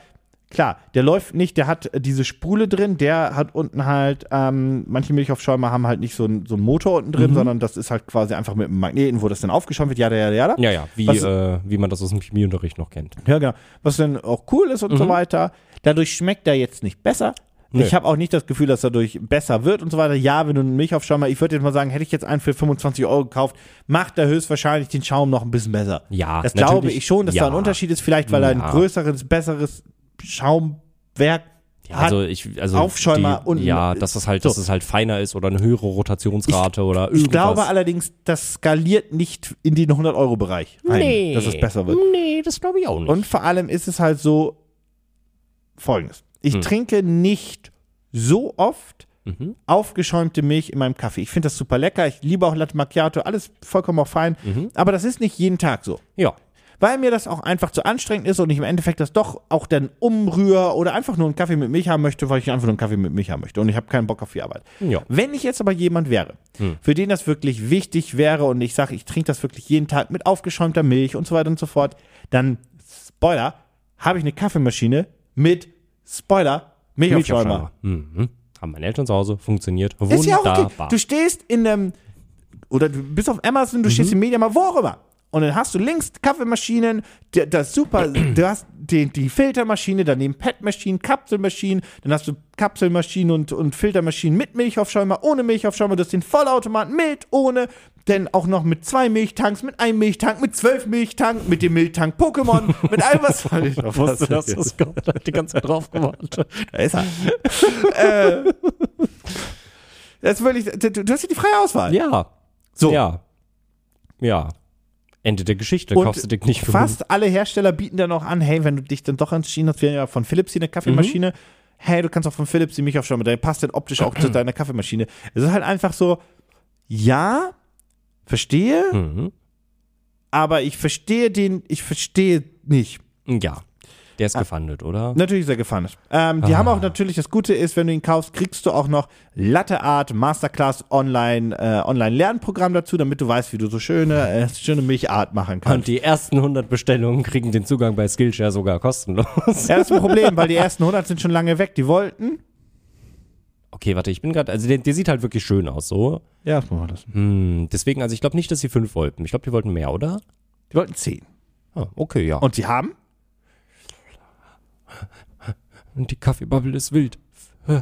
klar, der läuft nicht, der hat äh, diese Spule drin, der hat unten halt, ähm, manche Milchaufschäumer haben halt nicht so, einen- so einen Motor unten Mhm. drin, sondern das ist halt quasi einfach mit einem Magneten, wo das dann aufgeschäumt wird, jada, jada, jada. Ja, ja, wie, Was- äh, wie man das aus dem Chemieunterricht noch kennt. Ja, genau. Was dann auch cool ist und Mhm. so weiter. Dadurch schmeckt er jetzt nicht besser. Nö. Ich habe auch nicht das Gefühl, dass dadurch besser wird und so weiter. Ja, wenn du einen Milchaufschäumer, ich würde jetzt mal sagen, hätte ich jetzt einen für 25 Euro gekauft, macht er höchstwahrscheinlich den Schaum noch ein bisschen besser. Ja, Das natürlich. glaube ich schon, dass da ein Ja. Unterschied ist, vielleicht weil er ein Ja. größeres, besseres Schaumwerk hat. Ja, also ich, also Aufschäumer die, und- ja, dass das halt, dass so. es halt feiner ist oder eine höhere Rotationsrate oder irgendwas. Ich glaube allerdings, das skaliert nicht in den 100-Euro-Bereich rein, nee. dass es besser wird. Nee, das glaube ich auch nicht. Und vor allem ist es halt so folgendes. Ich trinke nicht so oft aufgeschäumte Milch in meinem Kaffee. Ich finde das super lecker. Ich liebe auch Latte Macchiato. Alles vollkommen auch fein. Aber das ist nicht jeden Tag so. ja, Weil mir das auch einfach zu anstrengend ist und ich im Endeffekt das doch auch dann umrühre oder einfach nur einen Kaffee mit Milch haben möchte, weil ich einfach nur einen Kaffee mit Milch haben möchte und ich habe keinen Bock auf die Arbeit. Ja. Wenn ich jetzt aber jemand wäre, für den das wirklich wichtig wäre und ich sage, ich trinke das wirklich jeden Tag mit aufgeschäumter Milch und so weiter und so fort, dann, Spoiler, habe ich eine Kaffeemaschine mit, Spoiler, Milchaufschäumer. Milchaufschäumer. Mhm. Haben meine Eltern zu Hause, funktioniert Ist ja auch wunderbar. okay. Du stehst in einem, oder du bist auf Amazon, du stehst im Mediamarkt, wo auch immer. Und dann hast du links Kaffeemaschinen, d- das super, du hast die, die Filtermaschine, daneben Padmaschinen, Kapselmaschinen, dann hast du Kapselmaschinen und, und Filtermaschinen mit Milchaufschäumer, ohne Milchaufschäumer, du hast den Vollautomaten mit, ohne, denn auch noch mit zwei Milchtanks, mit einem Milchtank, mit zwölf Milchtank, mit dem Milchtank Pokémon, mit allem was. Ich wusste, dass das kommt, hat die ganze Zeit drauf gewartet. da ist er. äh, das ist wirklich, du, du hast ja die freie Auswahl. Ja. So. Ja. Ja. Ende der Geschichte. Und Kaufst du dich nicht für Fast alle Hersteller bieten dann auch an, hey, wenn du dich dann doch entschieden hast, wir haben ja von Philips hier eine Kaffeemaschine, hey, du kannst auch von Philips die Milchaufschäumer, der passt dann optisch auch zu deiner Kaffeemaschine. Es ist halt einfach so, ja, verstehe, aber ich verstehe den, ich verstehe nicht. Hm? Ja. Der ist gefundet, oder? Natürlich ist er gefundet. Ähm, die haben auch natürlich, das Gute ist, wenn du ihn kaufst, kriegst du auch noch Latte Art Masterclass Online, äh, Online Lernprogramm dazu, damit du weißt, wie du so schöne, äh, schöne Milchart machen Und kannst. die ersten 100 Bestellungen kriegen den Zugang bei Skillshare sogar kostenlos. Ja, das ist ein Problem, weil die ersten 100 sind schon lange weg. Die wollten. Okay, warte, ich bin gerade, also der, der sieht halt wirklich schön aus, so. Ja, das machen wir lassen. Hm, deswegen, also ich glaube nicht, dass sie fünf wollten. Ich glaube, die wollten mehr, oder? Die wollten 10. Ah, okay, ja. Und die haben? Und die Kaffeebubble ist wild. Hä?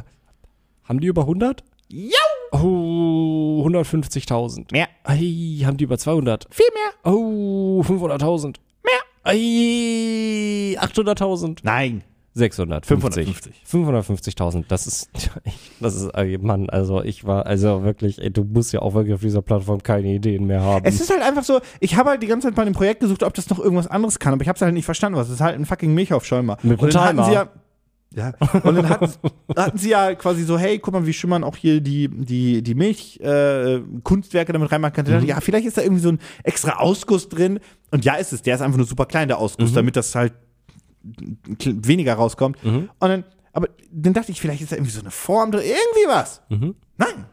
Haben die über 100? Ja! Oh, 150.000. Mehr. Ei, haben die über 200? Viel mehr. Oh, 500.000. Mehr. Ei, 800.000. Nein. 650. 550.000. Das ist, das ist, ey, Mann, also ich war, also wirklich, ey, du musst ja auch wirklich auf dieser Plattform keine Ideen mehr haben. Es ist halt einfach so, ich habe halt die ganze Zeit bei dem Projekt gesucht, ob das noch irgendwas anderes kann, aber ich habe es halt nicht verstanden, was es ist halt ein fucking Milchaufschäumer. Mit und dann einem hatten sie ja, Timer. ja und dann hatten, hatten sie ja quasi so, hey, guck mal, wie schimmern auch hier die die die Milch äh, Kunstwerke damit reinmachen kann. Ja, vielleicht ist da irgendwie so ein extra Ausguss drin und ja, ist es, der ist einfach nur super klein der Ausguss, damit das halt kl- weniger rauskommt. Und dann aber dann dachte ich, vielleicht ist da irgendwie so eine Form drin, irgendwie was. Nein.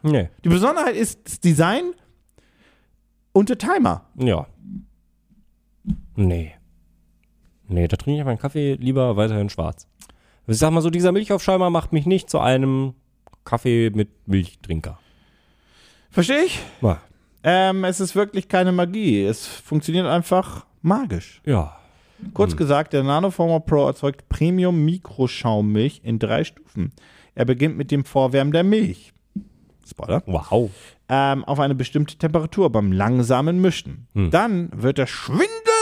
nee, Die Besonderheit ist das Design und der Timer. ja. Nee. Nee, da trinke ich meinen Kaffee lieber weiterhin schwarz. Ich sag mal so, dieser Milchaufschäumer macht mich nicht zu einem Kaffee mit Milchtrinker. Verstehe ich? Na, Ähm, es ist wirklich keine Magie. Es funktioniert einfach magisch. Ja. Kurz gesagt, der Nanoformer Pro erzeugt Premium Mikroschaumilch in drei Stufen. Er beginnt mit dem Vorwärmen der Milch. Spoiler. Wow. Ähm, auf eine bestimmte Temperatur beim langsamen Mischen. Dann wird er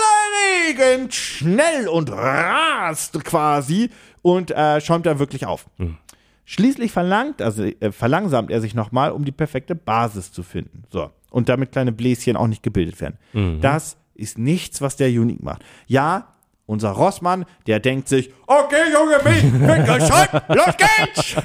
schwindelerregend schnell und rast quasi und äh, schäumt dann wirklich auf. Schließlich verlangt, also, äh, verlangsamt er sich nochmal, um die perfekte Basis zu finden. So. Und damit kleine Bläschen auch nicht gebildet werden. Mhm. Das ist nichts, was der Unique macht. Ja, unser Rossmann, der denkt sich, okay, Junge, mich, bin geschäumt, los geht's!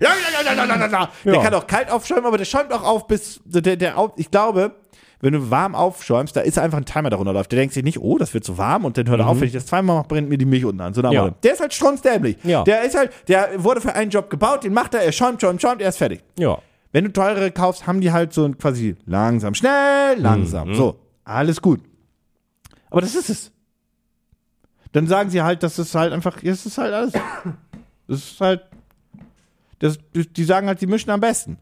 La, la, la, la, la, la, la. Der Ja. kann auch kalt aufschäumen, aber der schäumt auch auf bis, der, der, auf- ich glaube, wenn du warm aufschäumst, da ist einfach ein Timer, der runterläuft. Der denkt sich nicht, oh, das wird zu warm und dann hört er auf, wenn ich das zweimal mache, brennt mir die Milch unten an. So eine Mhm. Ja. Ahnung. Der ist halt strunzdämlich. Ja. Der ist halt, der wurde für einen Job gebaut, den macht er, er schäumt, schäumt, schäumt, er ist fertig. Ja. Wenn du teurere kaufst, haben die halt so ein quasi langsam, schnell, langsam. Mhm. So, alles gut. Aber das ist es. Dann sagen sie halt, das ist halt einfach, das ist halt alles. Das ist halt. Das, die sagen halt, sie mischen am besten.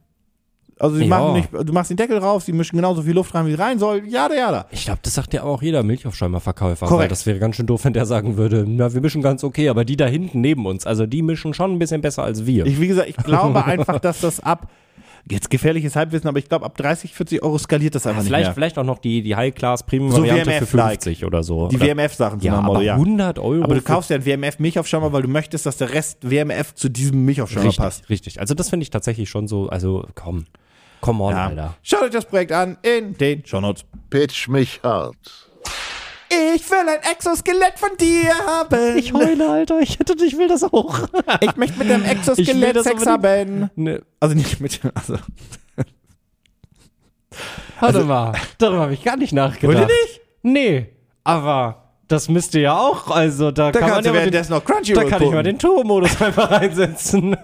Also sie Ja. machen nicht, du machst den Deckel drauf, sie mischen genauso viel Luft rein, wie rein soll. Jada, jada. Ich glaube, das sagt ja auch jeder Milchaufschäumerverkäufer. Korrekt. Weil das wäre ganz schön doof, wenn der sagen würde, na, wir mischen ganz okay, aber die da hinten neben uns, also die mischen schon ein bisschen besser als wir. Ich, wie gesagt, ich glaube einfach, dass das ab. Jetzt gefährliches Halbwissen, aber ich glaube, ab 30, 40 Euro skaliert das einfach vielleicht, nicht mehr. vielleicht auch noch die, die So High-Class-Premium-Variante für WMF-like. 50 oder so. Die oder? WMF-Sachen ja, machen, aber genau, ja. 100 Euro. Aber du für- kaufst ja einen WMF Milchaufschäumer, weil du möchtest, dass der Rest WMF zu diesem Milchaufschäumer richtig, passt. richtig. Also das finde ich tatsächlich schon so, also komm, come on, Ja. Alter. Schaut euch das Projekt an in den Shownotes. Pitch mich hart. Ich will ein Exoskelett von dir haben. Ich, heule, Alter, ich hätte, ich will das auch. möchte mit deinem Ich will Exoskelett das Sex unbedingt. haben. Ne, Also nicht mit dem, also. warte mal, darüber habe ich gar also nicht nachgedacht. Wollt ihr nicht? Nee, aber das müsst ihr ja auch, also da, Da kann man kannst du ja mal den, währenddessen noch Crunchyroll da kann ich mal gucken. den Turbo-Modus einfach reinsetzen.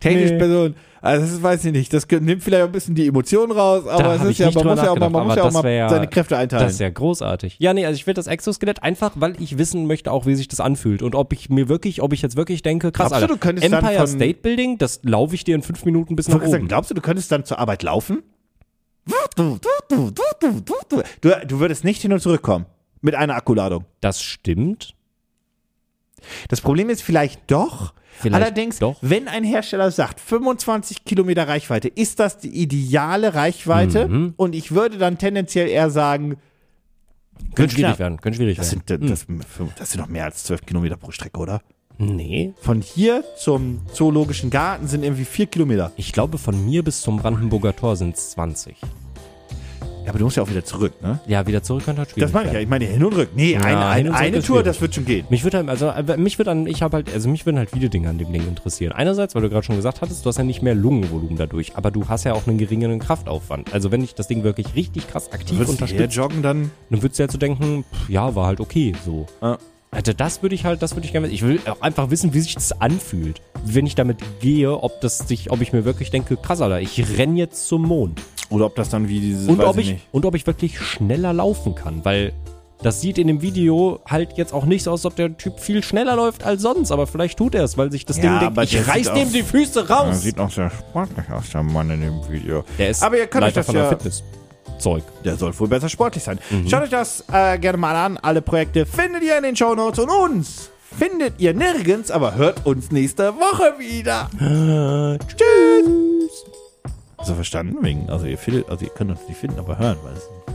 Technisch Nee. Person. Also das weiß ich nicht. Das nimmt vielleicht auch ein bisschen die Emotionen raus, aber Da es hab ist ich ja, nicht man drüber muss ja auch mal, man muss ja nachgedacht, auch mal aber das wär- seine Kräfte einteilen. Das ist ja großartig. Ja, nee, also ich will das Exoskelett einfach, weil ich wissen möchte auch, wie sich das anfühlt und ob ich mir wirklich, ob ich jetzt wirklich denke, krass, Glaubst du, Alter, du könntest dann Empire von- State Building, das laufe ich dir in fünf Minuten bis Ich nach wollte sagen, oben. glaubst du, du könntest dann zur Arbeit laufen? Du, du, du, du, du, du würdest nicht hin und zurückkommen mit einer Akkuladung. Das stimmt. Das Problem ist vielleicht doch. Vielleicht Allerdings, doch. wenn ein Hersteller sagt, 25 Kilometer Reichweite, ist das die ideale Reichweite? Mhm. Und ich würde dann tendenziell eher sagen, Könnte schwierig knapp. werden, Mhm. könnte schwierig das werden. sind, das, das sind noch mehr als 12 Kilometer pro Strecke, oder? Nee. Von hier zum Zoologischen Garten sind irgendwie 4 Kilometer. Ich glaube, von mir bis zum Brandenburger Tor sind es 20. Ja, aber du musst ja auch wieder zurück, ne? Ja, wieder zurück könnte halt schwierig Das meine ich ja. Ich meine hin und rück. Nee, ein, Ja, ein, hin und zurück eine ist Tour, schwierig. das wird schon gehen. Mich würde halt, also äh, mich würde an, ich habe halt, also mich würden halt viele Dinge an dem Ding interessieren. Einerseits, weil du gerade schon gesagt hattest, du hast ja nicht mehr Lungenvolumen dadurch, aber du hast ja auch einen geringeren Kraftaufwand. Also wenn ich das Ding wirklich richtig krass aktiv Würdest du her unterstütze, joggen dann? dann würdest du ja zu denken, pff, ja, war halt okay, so. Ja. Also das würde ich halt, das würde ich gerne, ich will auch einfach wissen, wie sich das anfühlt, wenn ich damit gehe, ob das sich, ob ich mir wirklich denke, krass, Alter, ich renn jetzt zum Mond. Oder ob das dann wie dieses, Und weiß ob, ich, nicht. und ob ich wirklich schneller laufen kann, weil das sieht in dem Video halt jetzt auch nicht so aus, als ob der Typ viel schneller läuft als sonst, aber vielleicht tut er es, weil sich das Ja, Ding aber denkt, der ich reiß sieht dem auch- die Füße Ja, raus. sieht auch sehr sportlich aus, der Mann in dem Video. der ist aber ihr könnt euch Leiter das von der Mhm. ja, Fitnesszeug. Der soll wohl besser sportlich sein. Schaut euch das äh, gerne mal an. Alle Projekte findet ihr in den Shownotes und uns findet ihr nirgends, aber hört uns nächste Woche wieder. Tschüss. Also verstanden wegen, also ihr findet, also ihr könnt uns nicht finden, aber hören, weil es